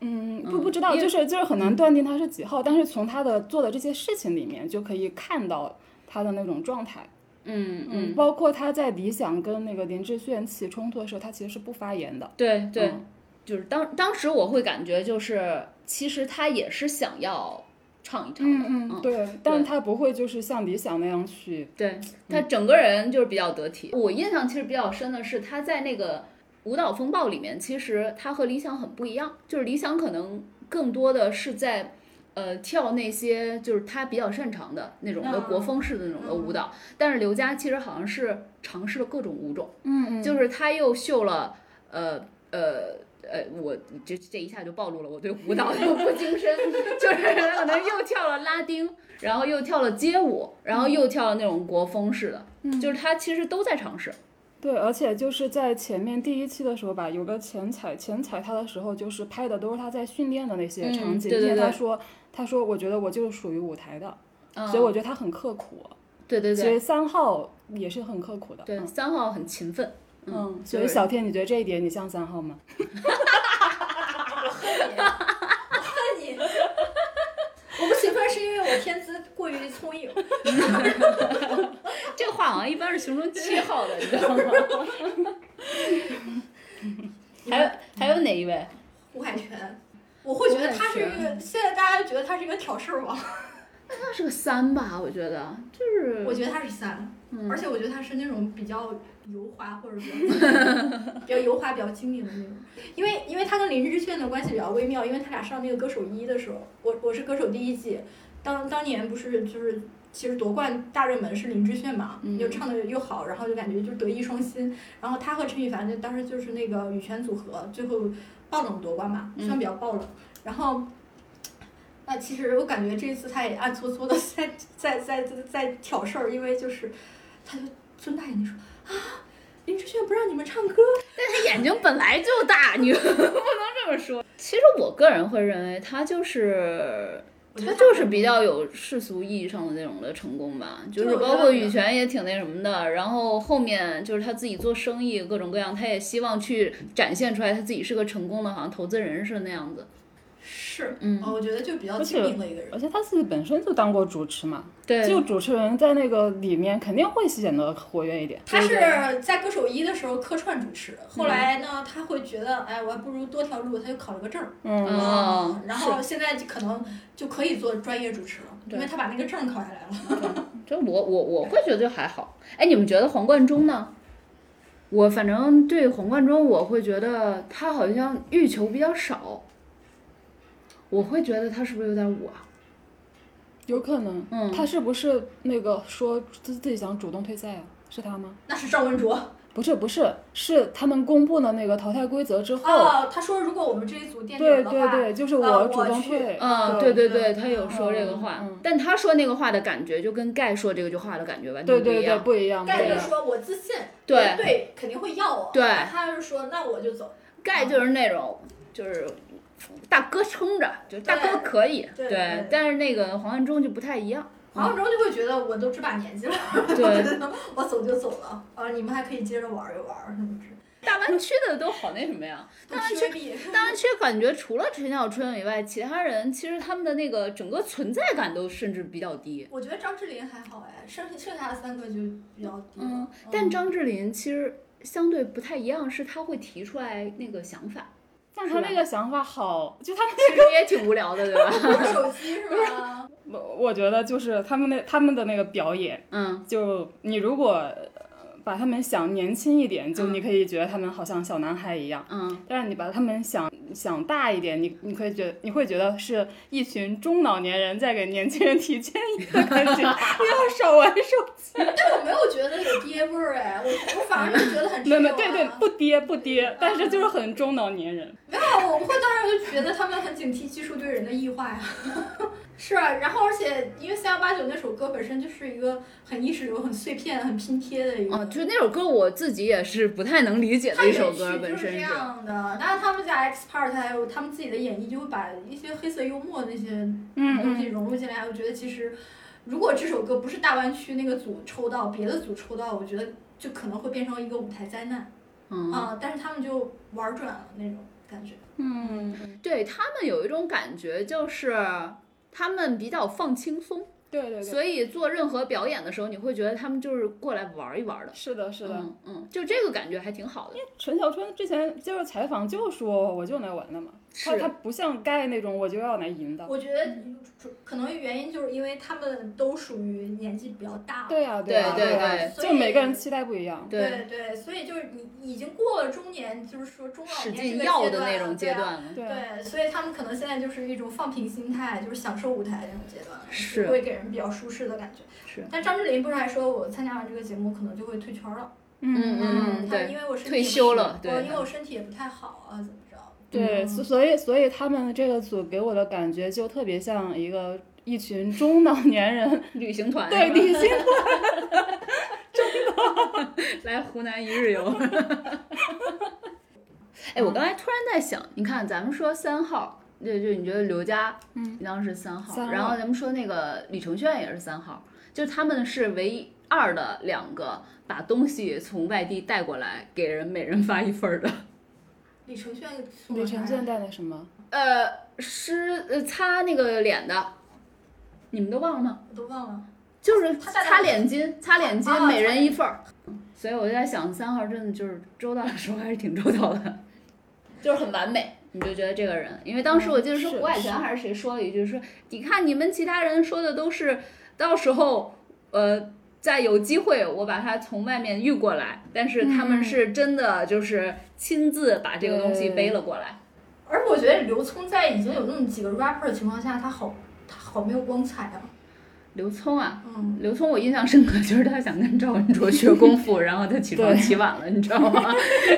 Speaker 2: 嗯，
Speaker 1: 嗯
Speaker 2: 不不知道，
Speaker 1: 因为
Speaker 2: 就是就是很难断定他是几号，但是从他的做的这些事情里面就可以看到他的那种状态。
Speaker 1: 嗯
Speaker 2: 嗯，
Speaker 1: 嗯，
Speaker 2: 包括他在理想跟那个林志炫起冲突的时候，他其实是不发言的。
Speaker 1: 对对，
Speaker 2: 嗯
Speaker 1: 就是当当时我会感觉就是，其实他也是想要唱一唱的，
Speaker 2: 嗯嗯，对，但他不会就是像理想那样去，
Speaker 1: 对他整个人就是比较得体。我印象其实比较深的是他在那个舞蹈风暴里面，其实他和理想很不一样，就是理想可能更多的是在。呃，跳那些就是他比较擅长的那种的
Speaker 3: 嗯
Speaker 1: 国风式的那种的舞蹈，但是刘佳其实好像是尝试了各种舞种。
Speaker 2: 嗯
Speaker 1: 就是他又秀了，呃呃呃，我这这一下就暴露了我对舞蹈的 不精深，就是他可能又跳了拉丁，然后又跳了街舞，然后又跳了那种国风式的，
Speaker 2: 嗯
Speaker 1: 就是他其实都在尝试。
Speaker 2: 对，而且就是在前面第一期的时候吧，有个前采前采他的时候，就是拍的都是他在训练的那些
Speaker 1: 嗯
Speaker 2: 场景，
Speaker 1: 对对
Speaker 2: 因为他
Speaker 1: 对
Speaker 2: 说他说我觉得我就是属于舞台的，
Speaker 1: 嗯
Speaker 2: 所以我觉得他很刻苦。
Speaker 1: 对对
Speaker 2: 所以
Speaker 1: 对
Speaker 2: 三号也是很刻苦的。
Speaker 1: 对，
Speaker 2: 嗯
Speaker 1: 三号很勤奋，
Speaker 2: 嗯，
Speaker 1: 就
Speaker 2: 所以
Speaker 1: 是
Speaker 2: 小天，你觉得这一点你像三号吗？
Speaker 3: 恨你！ 我不勤奋是因为我天资过于聪颖，
Speaker 1: 这个话好像一般是形 容七号的，你知道吗？ 还有还有哪一位？
Speaker 3: 胡海泉，我会觉得他是一个，现在大家就觉得他是一个挑事儿王，
Speaker 1: 那是个三吧，我觉得就是
Speaker 3: 我觉得他是三，
Speaker 1: 嗯
Speaker 3: 而且我觉得他是那种比较油滑或者比较 比较油滑、比较精明的那种，因为因为他跟林志炫的关系比较微妙，因为他俩上那个歌手一的时候，我我是歌手第一季，当当年不是就是。其实夺冠大热门是林志炫嘛，
Speaker 1: 嗯
Speaker 3: 又唱的又好，然后就感觉就德艺双馨。然后他和陈羽凡就当时就是那个羽泉组合，最后爆冷夺冠嘛，
Speaker 1: 嗯
Speaker 3: 算比较爆冷。然后，那其实我感觉这次他也暗搓搓的 在在在在在挑事儿，因为就是，他就睁大眼睛说啊，林志炫不让你们唱歌，
Speaker 1: 眼睛本来就大，你 不能这么说。其实我个人会认为他就是。
Speaker 3: 我觉
Speaker 1: 他
Speaker 3: 得
Speaker 1: 就是比较有世俗意义上的那种的成功吧，就是包括羽泉也挺那什么的，然后后面就是他自己做生意各种各样，他也希望去展现出来他自己是个成功的，好像投资人似的那样子。
Speaker 3: 是，
Speaker 1: 嗯
Speaker 3: 哦，我觉得就比较
Speaker 2: 而且
Speaker 3: 精明的一个人，
Speaker 2: 而且他自己本身就当过主持嘛，
Speaker 1: 对，
Speaker 2: 就主持人在那个里面肯定会显得活跃一点。
Speaker 3: 他
Speaker 1: 对
Speaker 3: 是在歌手一的时候客串主持，后来呢，他会觉得哎，我还不如多条路，他就考了个证儿，
Speaker 2: 嗯，
Speaker 1: 哦
Speaker 3: 然后现在就可能就可以做专业主持了，因为他把那个证儿考下来了。
Speaker 1: 就我我我会觉得就还好。哎，你们觉得黄贯中呢？我反正对黄贯中，我会觉得他好像欲求比较少。我会觉得他是不是有点武啊？
Speaker 2: 有可能。
Speaker 1: 嗯
Speaker 2: 他是不是那个说自自己想主动退赛啊？是他吗？
Speaker 3: 那是赵文卓
Speaker 2: 不是不是，是他们公布了那个淘汰规则之后，
Speaker 3: 哦，他说如果我们这一组垫底
Speaker 2: 对
Speaker 3: 了的
Speaker 2: 对
Speaker 3: 话，
Speaker 2: 对，就是
Speaker 3: 呃
Speaker 2: 我
Speaker 3: 我
Speaker 2: 主动
Speaker 3: 去
Speaker 2: 退。
Speaker 1: 嗯，对对对，
Speaker 3: 嗯
Speaker 1: 他有说这个话
Speaker 2: 嗯嗯，
Speaker 1: 但他说那个话的感觉就跟盖说这个句话的感觉完
Speaker 2: 对
Speaker 1: 全不一
Speaker 2: 对对，
Speaker 1: 样。
Speaker 2: 不一样。不
Speaker 3: 盖
Speaker 2: 一
Speaker 3: 就
Speaker 2: 样
Speaker 3: 说我自信，
Speaker 1: 对
Speaker 3: 对，肯定会要我。
Speaker 1: 对
Speaker 3: 那他就说那我就走。
Speaker 1: 盖就是那种就是大哥撑着，就是大哥
Speaker 3: 对
Speaker 1: 可以，
Speaker 3: 对
Speaker 1: 对
Speaker 3: 对。
Speaker 1: 但是那个黄贯中就不太一样，
Speaker 3: 黄晓洲就会觉得我都这把年纪了，
Speaker 1: 对，
Speaker 3: 我走就走了啊！你们还可以接着玩一玩什么之类的。
Speaker 1: 大湾区的都好那什么呀？大湾区
Speaker 3: 很奢靡
Speaker 1: 大湾区感觉除了陈小春以外，其他人其实他们的那个整个存在感都甚至比较低。
Speaker 3: 我觉得张智霖还好哎，剩剩下的三个就比较低了。
Speaker 1: 嗯，但张智霖其实相对不太一样，是他会提出来那个想法，
Speaker 2: 但他那个想法好，就他
Speaker 1: 其实也挺无聊的，对吧？
Speaker 3: 玩手机是吧？
Speaker 2: 我我觉得就是他们那他们的那个表演，
Speaker 1: 嗯，
Speaker 2: 就你如果呃把他们想年轻一点，就你可以觉得他们好像小男孩一样。
Speaker 1: 嗯，
Speaker 2: 但是你把他们想想大一点，你你可以觉得你会觉得是一群中老年人在给年轻人提建议的感觉， 要少玩手机。
Speaker 3: 但我没有觉得有爹味儿哎，我我反而就觉得很
Speaker 2: 没有没
Speaker 3: chill
Speaker 2: 有，
Speaker 3: 啊
Speaker 2: 对对，不跌不跌，但是就是很中老年人。
Speaker 3: 没有，我会当时就觉得他们很警惕技术对人的异化呀。 是啊，然后而且因为三幺八九那首歌本身就是一个很意识流、很碎片、很拼贴的一个。
Speaker 1: 哦，就是那首歌我自己也是不太能理解
Speaker 3: 它
Speaker 1: 的一
Speaker 3: 也
Speaker 1: 首
Speaker 3: 是
Speaker 1: 歌，本
Speaker 3: 就是
Speaker 1: 身
Speaker 3: 这
Speaker 1: 是。
Speaker 3: 样的，但是他们在 X Part 还有他们自己的演绎，就会把一些黑色幽默那些
Speaker 1: 嗯
Speaker 3: 东西融入进来。我觉得其实，如果这首歌不是大湾区那个组抽到，别的组抽到，我觉得就可能会变成一个舞台灾难
Speaker 1: 嗯，
Speaker 3: 啊、但是他们就玩转了那种。感觉。
Speaker 2: 嗯，
Speaker 1: 对他们有一种感觉，就是他们比较放轻松，
Speaker 2: 对对对，
Speaker 1: 所以做任何表演的时候，你会觉得他们就是过来玩一玩的。
Speaker 2: 是的，是的。
Speaker 1: 嗯嗯，就这个感觉还挺好的。
Speaker 2: 陈小春之前接受采访就说我就来玩的嘛，他
Speaker 1: 是
Speaker 2: 他不像盖那种我就要来赢
Speaker 1: 嗯
Speaker 2: 的。
Speaker 3: 我觉得主可能原因就是因为他们都属于年纪比较大了，
Speaker 2: 对呀、
Speaker 1: 对
Speaker 2: 呀、
Speaker 1: 对
Speaker 2: 对呀、
Speaker 3: 对
Speaker 2: 就每个人期待不一样。
Speaker 1: 对，
Speaker 3: 对对，所以就是你已经过了中年，就是说中老
Speaker 1: 使
Speaker 3: 年这
Speaker 1: 劲
Speaker 3: 个
Speaker 1: 要
Speaker 3: 阶
Speaker 1: 的
Speaker 3: 段
Speaker 1: 那
Speaker 3: 了
Speaker 1: 种
Speaker 3: 对
Speaker 1: 阶
Speaker 3: 啊
Speaker 1: 段了。
Speaker 2: 对啊
Speaker 3: 对，所以他们可能现在就是一种放平心态，就是享受舞台这种阶段了，
Speaker 1: 是
Speaker 3: 会给人比较舒适的感觉。
Speaker 1: 是，
Speaker 3: 但张智霖不是还说，我参加完这个节目可能就会退圈了，
Speaker 1: 嗯嗯
Speaker 3: 他
Speaker 1: 对
Speaker 3: 因为我身体
Speaker 1: 退
Speaker 3: 也不
Speaker 1: 休
Speaker 3: 是
Speaker 1: 了对
Speaker 3: 我因为我身体也不太好啊，怎么着？
Speaker 2: 对，所所以所以他们这个组给我的感觉就特别像一个一群中老年人
Speaker 1: 旅行团
Speaker 2: 对
Speaker 1: 是吧
Speaker 2: 旅行，
Speaker 1: 来湖南一日游。 哎，我刚才突然在想，你看咱们说三号，就就你觉得刘佳，
Speaker 2: 嗯，
Speaker 1: 当时三号，
Speaker 2: 三号
Speaker 1: 然后咱们说那个李承铉也是三号，就他们是唯二的两个把东西从外地带过来，给人每人发一份儿的。
Speaker 3: 李承铉 送
Speaker 2: 李
Speaker 3: 了
Speaker 2: 承
Speaker 3: 啥呀
Speaker 2: 铉带的什么？
Speaker 1: 呃，湿呃擦那个脸的，你们都忘了吗？
Speaker 3: 我都忘了，
Speaker 1: 就是
Speaker 3: 他带的
Speaker 1: 擦脸巾，哦擦脸巾
Speaker 3: 啊
Speaker 1: 每人一份儿。所以我就在想，三号真的就是周到的时候还是挺周到的， 就是很完美。你就觉得这个人，因为当时我记得是
Speaker 2: 嗯是
Speaker 1: 胡海泉还是谁说了一句说，你看你们其他人说的都是，到时候呃再有机会我把他从外面运过来，但是他们
Speaker 2: 嗯
Speaker 1: 是真的就是亲自把这个东西
Speaker 2: 对
Speaker 1: 背了过来。
Speaker 3: 而我觉得刘聪在已经有那么几个 rapper 的情况下，他好他好没有光彩啊，
Speaker 1: 刘聪啊，
Speaker 3: 嗯。
Speaker 1: 刘聪，我印象深刻就是他想跟赵文 卓学功夫，然后他起床
Speaker 2: 对
Speaker 1: 起晚了，你知道吗？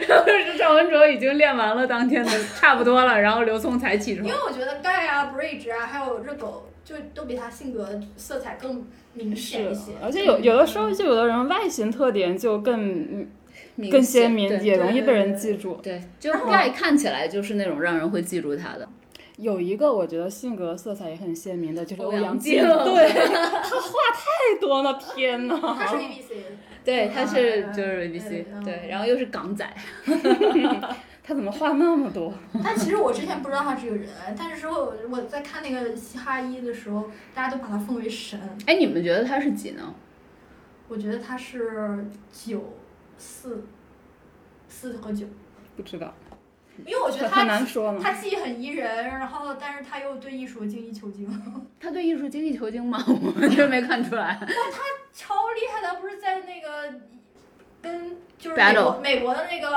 Speaker 1: 然后是赵文卓已经练完了当天的差不多了，然后刘聪才起
Speaker 3: 因
Speaker 1: 床
Speaker 3: 为。我觉得盖啊、Bridge 啊，还有热狗，就都比他性格色彩更明显一些。
Speaker 2: 啊而且有有的时候就有的人外形特点就更更鲜明，
Speaker 1: 对
Speaker 2: 也容易被人
Speaker 3: 对
Speaker 2: 记住。
Speaker 1: 对，就外看起来就是那种让人会记住他的
Speaker 2: 有一个我觉得性格色彩也很鲜明的，就是欧阳
Speaker 1: 靖。
Speaker 2: 靖。对，他话太多了，天 哪！
Speaker 3: 他是 BBC，
Speaker 1: 对，他
Speaker 2: 哎
Speaker 1: 是就是 ABC，
Speaker 3: 对嗯
Speaker 1: 对，然后又是港仔，
Speaker 2: 他怎么话那么多？
Speaker 3: 但其实我之前不知道他这个人，但是说我我在看那个嘻哈一的时候，大家都把他奉为神。
Speaker 1: 哎，你们觉得他是几呢？
Speaker 3: 我觉得他是九四四和九，
Speaker 2: 不知道，
Speaker 3: 因为我觉得
Speaker 2: 很很难
Speaker 3: 他
Speaker 2: 说 呢。
Speaker 3: 他既很宜人，然后但是他又对艺术精益求精，
Speaker 1: 他对艺术精益求精吗？ 我真没看出来。
Speaker 3: 超厉害的，不是在那个。跟就是美国
Speaker 1: Battle
Speaker 3: 美国的那个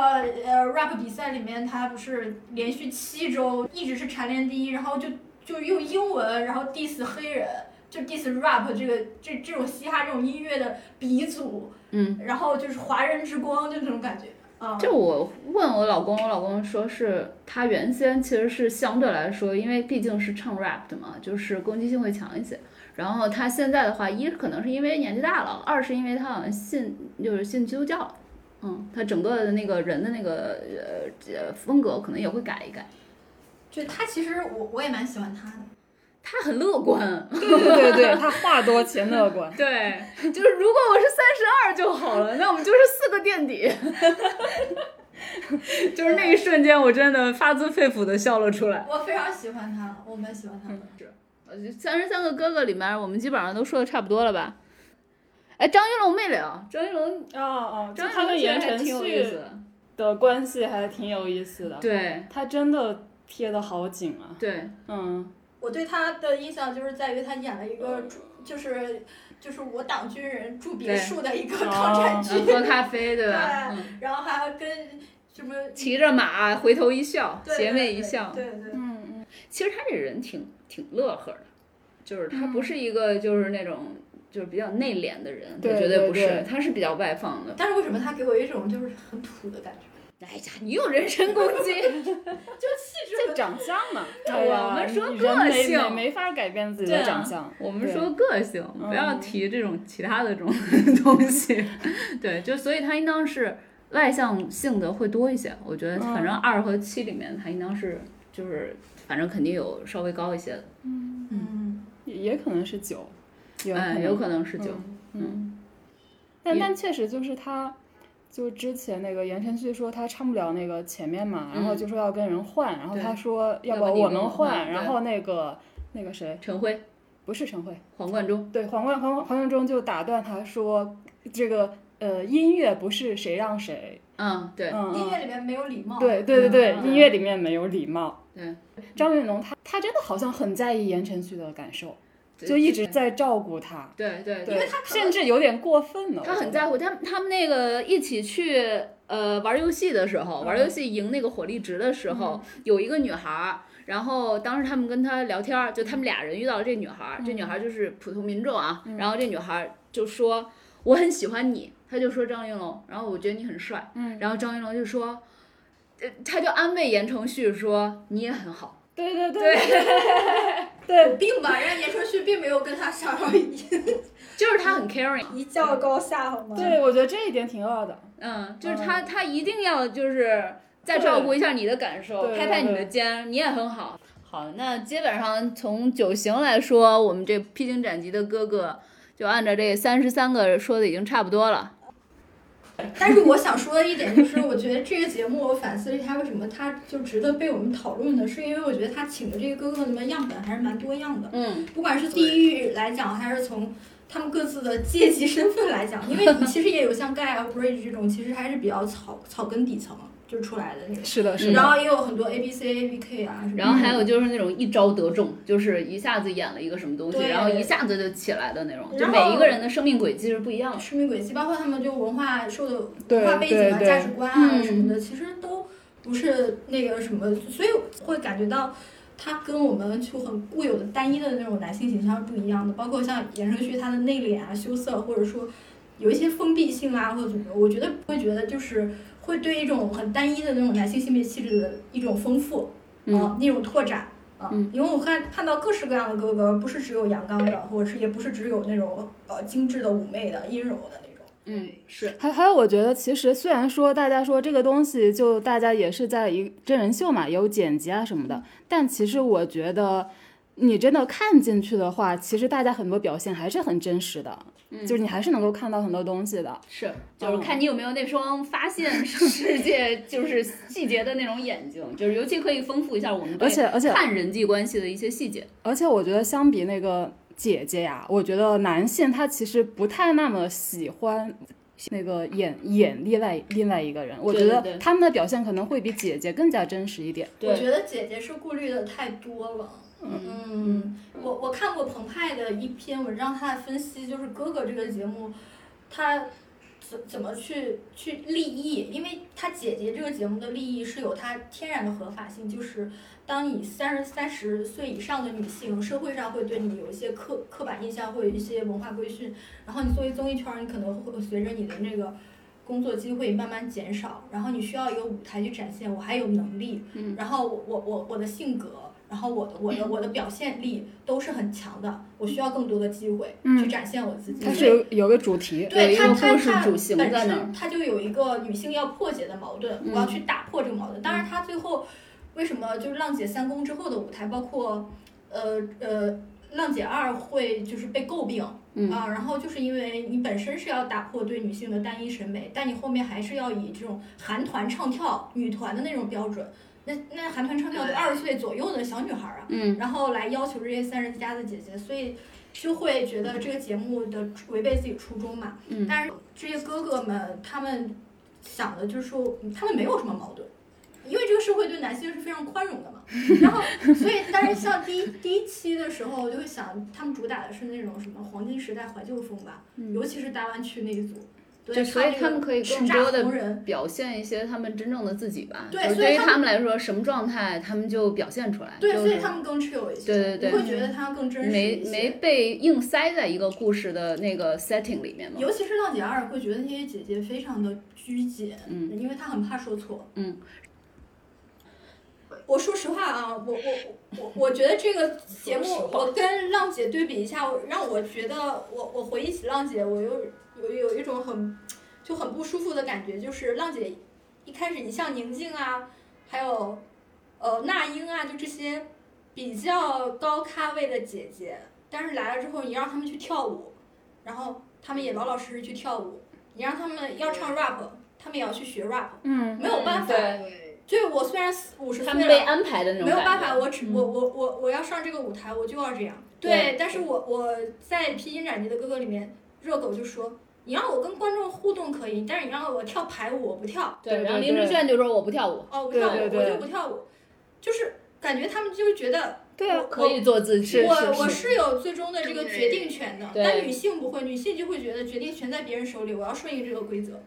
Speaker 3: 呃 rap 比赛里面，他不是连续七周一直是蝉联第一，然后就就用英文，然后 diss 黑人，就 diss rap 这个这这种嘻哈这种音乐的鼻祖，
Speaker 1: 嗯，
Speaker 3: 然后就是华人之光，就那种感觉啊。
Speaker 1: 就我问我老公，我老公说是他原先其实是相对来说，因为毕竟是唱 rap 的嘛，就是攻击性会强一些。然后他现在的话，一可能是因为年纪大了，二是因为他好像信就是信基督教了，嗯，他整个的那个人的那个呃呃风格可能也会改一改。
Speaker 3: 就他其实我我也蛮喜欢他的，
Speaker 1: 他很乐观，
Speaker 2: 对对对对，他话多且乐观。
Speaker 1: 对，就是如果我是三十二就好了，那我们就是四个垫底。 就是那一瞬间，我真的发自肺腑的笑了出来。
Speaker 3: 我非常喜欢他，我蛮喜欢他的。
Speaker 1: 呃，三十三个哥哥里面，我们基本上都说的差不多了吧？哎，张云龙没聊，张云龙，
Speaker 2: 哦哦，就
Speaker 1: 张云
Speaker 2: 他
Speaker 1: 龙
Speaker 2: 跟
Speaker 1: 其实
Speaker 2: 言
Speaker 1: 还
Speaker 2: 承
Speaker 1: 挺有意思
Speaker 2: 旭
Speaker 1: 的。
Speaker 2: 的关系还挺有意思的。
Speaker 1: 对
Speaker 2: 他真的贴的好紧啊。
Speaker 1: 对，呃
Speaker 2: 嗯，
Speaker 3: 我对他的印象就是在于他演了一个驻就是就是我党军人住别墅的一个
Speaker 2: 对
Speaker 3: 抗战剧，
Speaker 1: 嗯喝咖啡对吧？
Speaker 3: 对
Speaker 1: 嗯，
Speaker 3: 然后还跟什么
Speaker 1: 骑着马，回头一笑，
Speaker 3: 对
Speaker 1: 邪魅
Speaker 3: 对
Speaker 1: 一笑。
Speaker 3: 对对，
Speaker 2: 嗯
Speaker 1: 其实他这人挺挺乐呵的，就是他不是一个就是那种就是比较内敛的人，他
Speaker 2: 对
Speaker 1: 绝
Speaker 2: 对
Speaker 1: 不
Speaker 2: 对
Speaker 1: 是，他是比较外放的。
Speaker 3: 但是为什么他给我一种就是很土的感觉？
Speaker 1: 哎呀，你有人身攻击，
Speaker 3: 就气质
Speaker 2: 这
Speaker 3: 很
Speaker 2: 长相嘛，
Speaker 1: 对
Speaker 2: 哎呀
Speaker 1: 我们说
Speaker 2: 人
Speaker 1: 个
Speaker 2: 没
Speaker 1: 性
Speaker 2: 没没法改变自己
Speaker 1: 对
Speaker 2: 的
Speaker 1: 啊
Speaker 2: 长相。
Speaker 1: 我们
Speaker 2: 对
Speaker 1: 说个性，
Speaker 2: 嗯
Speaker 1: 不要提这种其他的这种 东西。 对，就所以他应当是外向性的会多一些。我觉得，
Speaker 2: 嗯
Speaker 1: 反正二和七里面，他应当是就是反正肯定有稍微高一些的，
Speaker 3: 嗯，
Speaker 2: 也也可能是酒，有可
Speaker 1: 哎，
Speaker 2: 能嗯
Speaker 1: 有可能是九。
Speaker 2: 嗯，
Speaker 1: 嗯
Speaker 2: 但
Speaker 1: 也
Speaker 2: 但确实就是他，就之前那个言承旭说他唱不了那个前面嘛，然后
Speaker 1: 嗯
Speaker 2: 就说要跟人换，然后
Speaker 1: 对
Speaker 2: 他说要
Speaker 1: 要
Speaker 2: 不
Speaker 1: 不你
Speaker 2: 我
Speaker 1: 跟
Speaker 2: 们
Speaker 1: 我
Speaker 2: 换，
Speaker 1: 换
Speaker 2: 然
Speaker 1: 对
Speaker 2: 后那个那个谁
Speaker 1: 陈辉、
Speaker 2: 不是陈慧，
Speaker 1: 黄贯中，
Speaker 2: 对黄贯黄黄贯中就打断他说这个呃音乐不是谁让谁，
Speaker 1: 嗯，对，
Speaker 2: 嗯
Speaker 3: 音
Speaker 2: 嗯
Speaker 3: 乐里面没有礼貌，
Speaker 2: 对对对对
Speaker 1: 嗯，嗯
Speaker 2: 音乐里面没有礼貌。
Speaker 1: 对，
Speaker 2: 张云龙他他真的好像很在意言承旭的感受，
Speaker 1: 对
Speaker 2: 就一直，在照顾他，
Speaker 1: 对对
Speaker 2: 对
Speaker 1: 对，
Speaker 3: 因为他可能
Speaker 2: 甚至有点过分了。
Speaker 1: 他
Speaker 2: 我
Speaker 1: 很
Speaker 2: 觉得
Speaker 1: 在乎他们他们那个一起去呃玩游戏的时候，玩游戏赢那个火力值的时候，有一个女孩儿。然后当时他们跟她聊天儿，就他们俩人遇到了这女孩儿，这女孩儿就是普通民众啊。然后这女孩儿就说我很喜欢你，她就说张云龙，然后我觉得你很帅，
Speaker 2: 嗯
Speaker 1: 然后张云龙就说，呃，他就安慰言承旭说你也很好，
Speaker 2: 对对
Speaker 1: 对
Speaker 2: 对
Speaker 3: 有嗯病吧？人家言承旭并没有跟他 想要一
Speaker 1: 就是他很 caring，
Speaker 3: 一较高下，好吗？
Speaker 2: 对，我觉得这一点挺恶的。
Speaker 1: 嗯，就是他，他一定要就是再照顾一下你的感受，
Speaker 2: 对
Speaker 1: 拍拍你的肩，你也很好。好，那基本上从九行来说，我们这披荆斩棘的哥哥就按照这三十三个说的已经差不多了。
Speaker 3: 但是我想说的一点就是，我觉得这个节目我反思了一下，为什么它就值得被我们讨论呢？是因为我觉得他请的这个哥哥们样本还是蛮多样的，
Speaker 1: 嗯，
Speaker 3: 不管是地域来讲，还是从他们各自的阶级身份 来讲，因为你其实也有像盖啊、Bridge 这种，其实还是比较草草根底层就出来的那种，
Speaker 2: 是的，
Speaker 1: 是的
Speaker 3: 然后也有很多 A B C A B K 啊什么的。
Speaker 1: 嗯然后还有就是那种一招得中，就是一下子演了一个什么东西，
Speaker 3: 对
Speaker 1: 然后一下子就起来的那种，就
Speaker 3: 然后
Speaker 1: 每一个人的生命轨迹是不一样的。
Speaker 3: 生命轨迹，包括他们就文化受的
Speaker 2: 对
Speaker 3: 文化背景啊、
Speaker 2: 对
Speaker 3: 价值观啊
Speaker 1: 嗯
Speaker 3: 什么的，其实都不是那个什么，所以会感觉到他跟我们就很固有的单一的那种男性形象是不一样的。包括像言承旭他的内敛啊、羞涩，或者说有一些封闭性啊，或者怎么，我觉得会觉得就是会对一种很单一的那种男性性别气质的一种丰富，
Speaker 1: 嗯
Speaker 3: 啊，那种拓展。啊
Speaker 1: 嗯，
Speaker 3: 因为我看看到各式各样的哥哥，不是只有阳刚的，或者是也不是只有那种呃精致的妩媚的、阴柔的那种。
Speaker 1: 嗯，是，
Speaker 2: 还还有，我觉得其实虽然说大家说这个东西，就大家也是在一真人秀嘛，有剪辑啊什
Speaker 1: 嗯
Speaker 2: 么的，但其实我觉得。你真的看进去的话，其实大家很多表现还是很真实的，
Speaker 1: 嗯
Speaker 2: 就是你还是能够看到很多东西的。
Speaker 1: 是，就是看你有没有那双发现世界就是细节的那种眼睛，就是尤其可以丰富一下我们对
Speaker 2: 而且而且
Speaker 1: 看人际关系的一些细节。
Speaker 2: 而且我觉得相比那个姐姐呀，我觉得男性他其实不太那么喜欢那个演演另外另外一个人，我觉
Speaker 1: 对嗯
Speaker 2: 得
Speaker 1: 对
Speaker 2: 他们的表现可能会比姐姐更加真实一点。
Speaker 3: 我觉得姐姐是顾虑的太多了。嗯，我我看过澎湃的一篇文章，他的分析就是《哥哥》这个节目，他怎怎么去去立意？因为他姐姐这个节目的立意是有它天然的合法性，就是当你三十三十岁以上的女性，社会上会对你有一些刻刻板印象，会有一些文化规训，然后你作为综艺圈儿，你可能会随着你的那个。工作机会慢慢减少，然后你需要一个舞台去展现我还有能力，
Speaker 1: 嗯
Speaker 3: 然后我我我我的性格，然后我的我的我的表现力都是很强的，我需要更多的机会
Speaker 2: 嗯
Speaker 3: 去展现我自己。
Speaker 2: 它是有有个主题，
Speaker 1: 有
Speaker 3: 对
Speaker 1: 一
Speaker 3: 他
Speaker 1: 个
Speaker 3: 他
Speaker 1: 故事
Speaker 3: 他
Speaker 1: 主形
Speaker 3: 本
Speaker 1: 在那
Speaker 3: 身
Speaker 1: 儿嗯
Speaker 3: 他就有一个女性要破解的矛盾，我要去打破这个矛盾。当然，他最后为什么就是浪姐三公之后的舞台，包括呃呃浪姐二会就是被诟病。
Speaker 1: 嗯
Speaker 3: 啊，然后就是因为你本身是要打破对女性的单一审美，但你后面还是要以这种韩团唱跳、女团的那种标准，那那韩团唱跳都
Speaker 1: 对
Speaker 3: 二十岁左右的小女孩儿啊，
Speaker 1: 嗯，
Speaker 3: 然后来要求这些三十加的姐姐，所以就会觉得这个节目的违背自己初衷嘛。
Speaker 1: 嗯
Speaker 3: 但是这些哥哥们他们想的就是说，嗯他们没有什么矛盾。因为这个社会对男性是非常宽容的嘛，然后所以，但是像第一第一期的时候，我就会想他们主打的是那种什么黄金时代怀旧风吧，尤其是大湾区那一组，对，
Speaker 1: 嗯就所以他们可以更多
Speaker 3: 叱咤
Speaker 1: 的
Speaker 3: 红人，
Speaker 1: 表现一些他们真正的自己吧。
Speaker 3: 对
Speaker 1: 就是
Speaker 3: 所以
Speaker 1: 对于
Speaker 3: 他
Speaker 1: 他们来说，什么状态他们就表现出来。
Speaker 3: 对，
Speaker 1: 就
Speaker 3: 所以
Speaker 1: 是
Speaker 3: 他们更 chill 一些，
Speaker 1: 对对对
Speaker 3: 你会觉得他更真实
Speaker 1: 没
Speaker 3: 一些
Speaker 1: 没被硬塞在一个故事的那个 setting 里面嘛。
Speaker 3: 尤其是浪姐二，会觉得那些姐姐非常的拘谨，
Speaker 1: 嗯，
Speaker 3: 因为她很怕说错，
Speaker 1: 嗯。
Speaker 3: 我说实话啊，我我我我觉得这个节目，我跟浪姐对比一下，我让我觉得我我回忆起浪姐，我又有有一种很就很不舒服的感觉，就是浪姐一开始你像宁静啊，还有呃那英啊，就这些比较高咖位的姐姐，但是来了之后，你让她们去跳舞，然后她们也老老实实去跳舞，你让她们要唱 rap，他们也要去学 rap，
Speaker 2: 嗯，
Speaker 3: 没有办法。
Speaker 1: 对
Speaker 3: 就是我虽然五十岁
Speaker 1: 他们被
Speaker 3: 了，
Speaker 1: 安排的那种
Speaker 3: 没有办法，
Speaker 1: 感觉
Speaker 3: 我只我我我我要上这个舞台，我就要这样。
Speaker 1: 对
Speaker 3: 对，但是我我在《披荆斩棘的哥哥》里面，热狗就说：“你让我跟观众互动可以，但是你让我跳排舞，我不跳。
Speaker 1: 对，
Speaker 2: 对
Speaker 1: 然后
Speaker 2: 对
Speaker 1: 林志
Speaker 2: 对
Speaker 1: 炫就说我不跳舞，
Speaker 3: 哦，我不
Speaker 2: 对
Speaker 3: 跳舞，
Speaker 2: 对
Speaker 3: 我
Speaker 2: 对
Speaker 3: 就不跳舞。”就是感觉他们就觉得
Speaker 2: 对啊
Speaker 3: 我
Speaker 1: 可以做自己。
Speaker 2: 是
Speaker 3: 我我是有最终的这个决定权的，
Speaker 1: 对
Speaker 3: 但女性不会，女性就会觉得决定权在别人手里，我要顺应这个规则。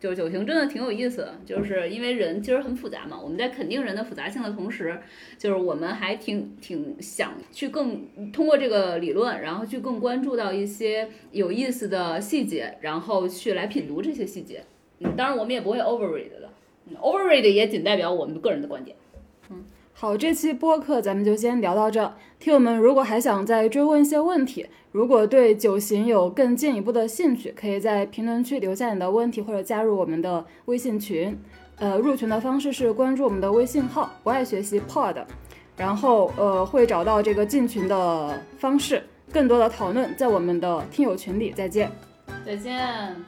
Speaker 1: 就是九型真的挺有意思的，就是因为人其实很复杂嘛。我们在肯定人的复杂性的同时，就是我们还挺挺想去更通过这个理论，然后去更关注到一些有意思的细节，然后去来品读这些细节。嗯，当然我们也不会 overread 的、嗯、，overread 也仅代表我们个人的观点。
Speaker 2: 好，这期播客咱们就先聊到这儿。听友们如果还想再追问一些问题，如果对九型有更进一步的兴趣，可以在评论区留下你的问题，或者加入我们的微信群。呃，入群的方式是关注我们的微信号“不爱学习 Pod”，然后呃会找到这个进群的方式。更多的讨论在我们的听友群里，再见。
Speaker 1: 再见。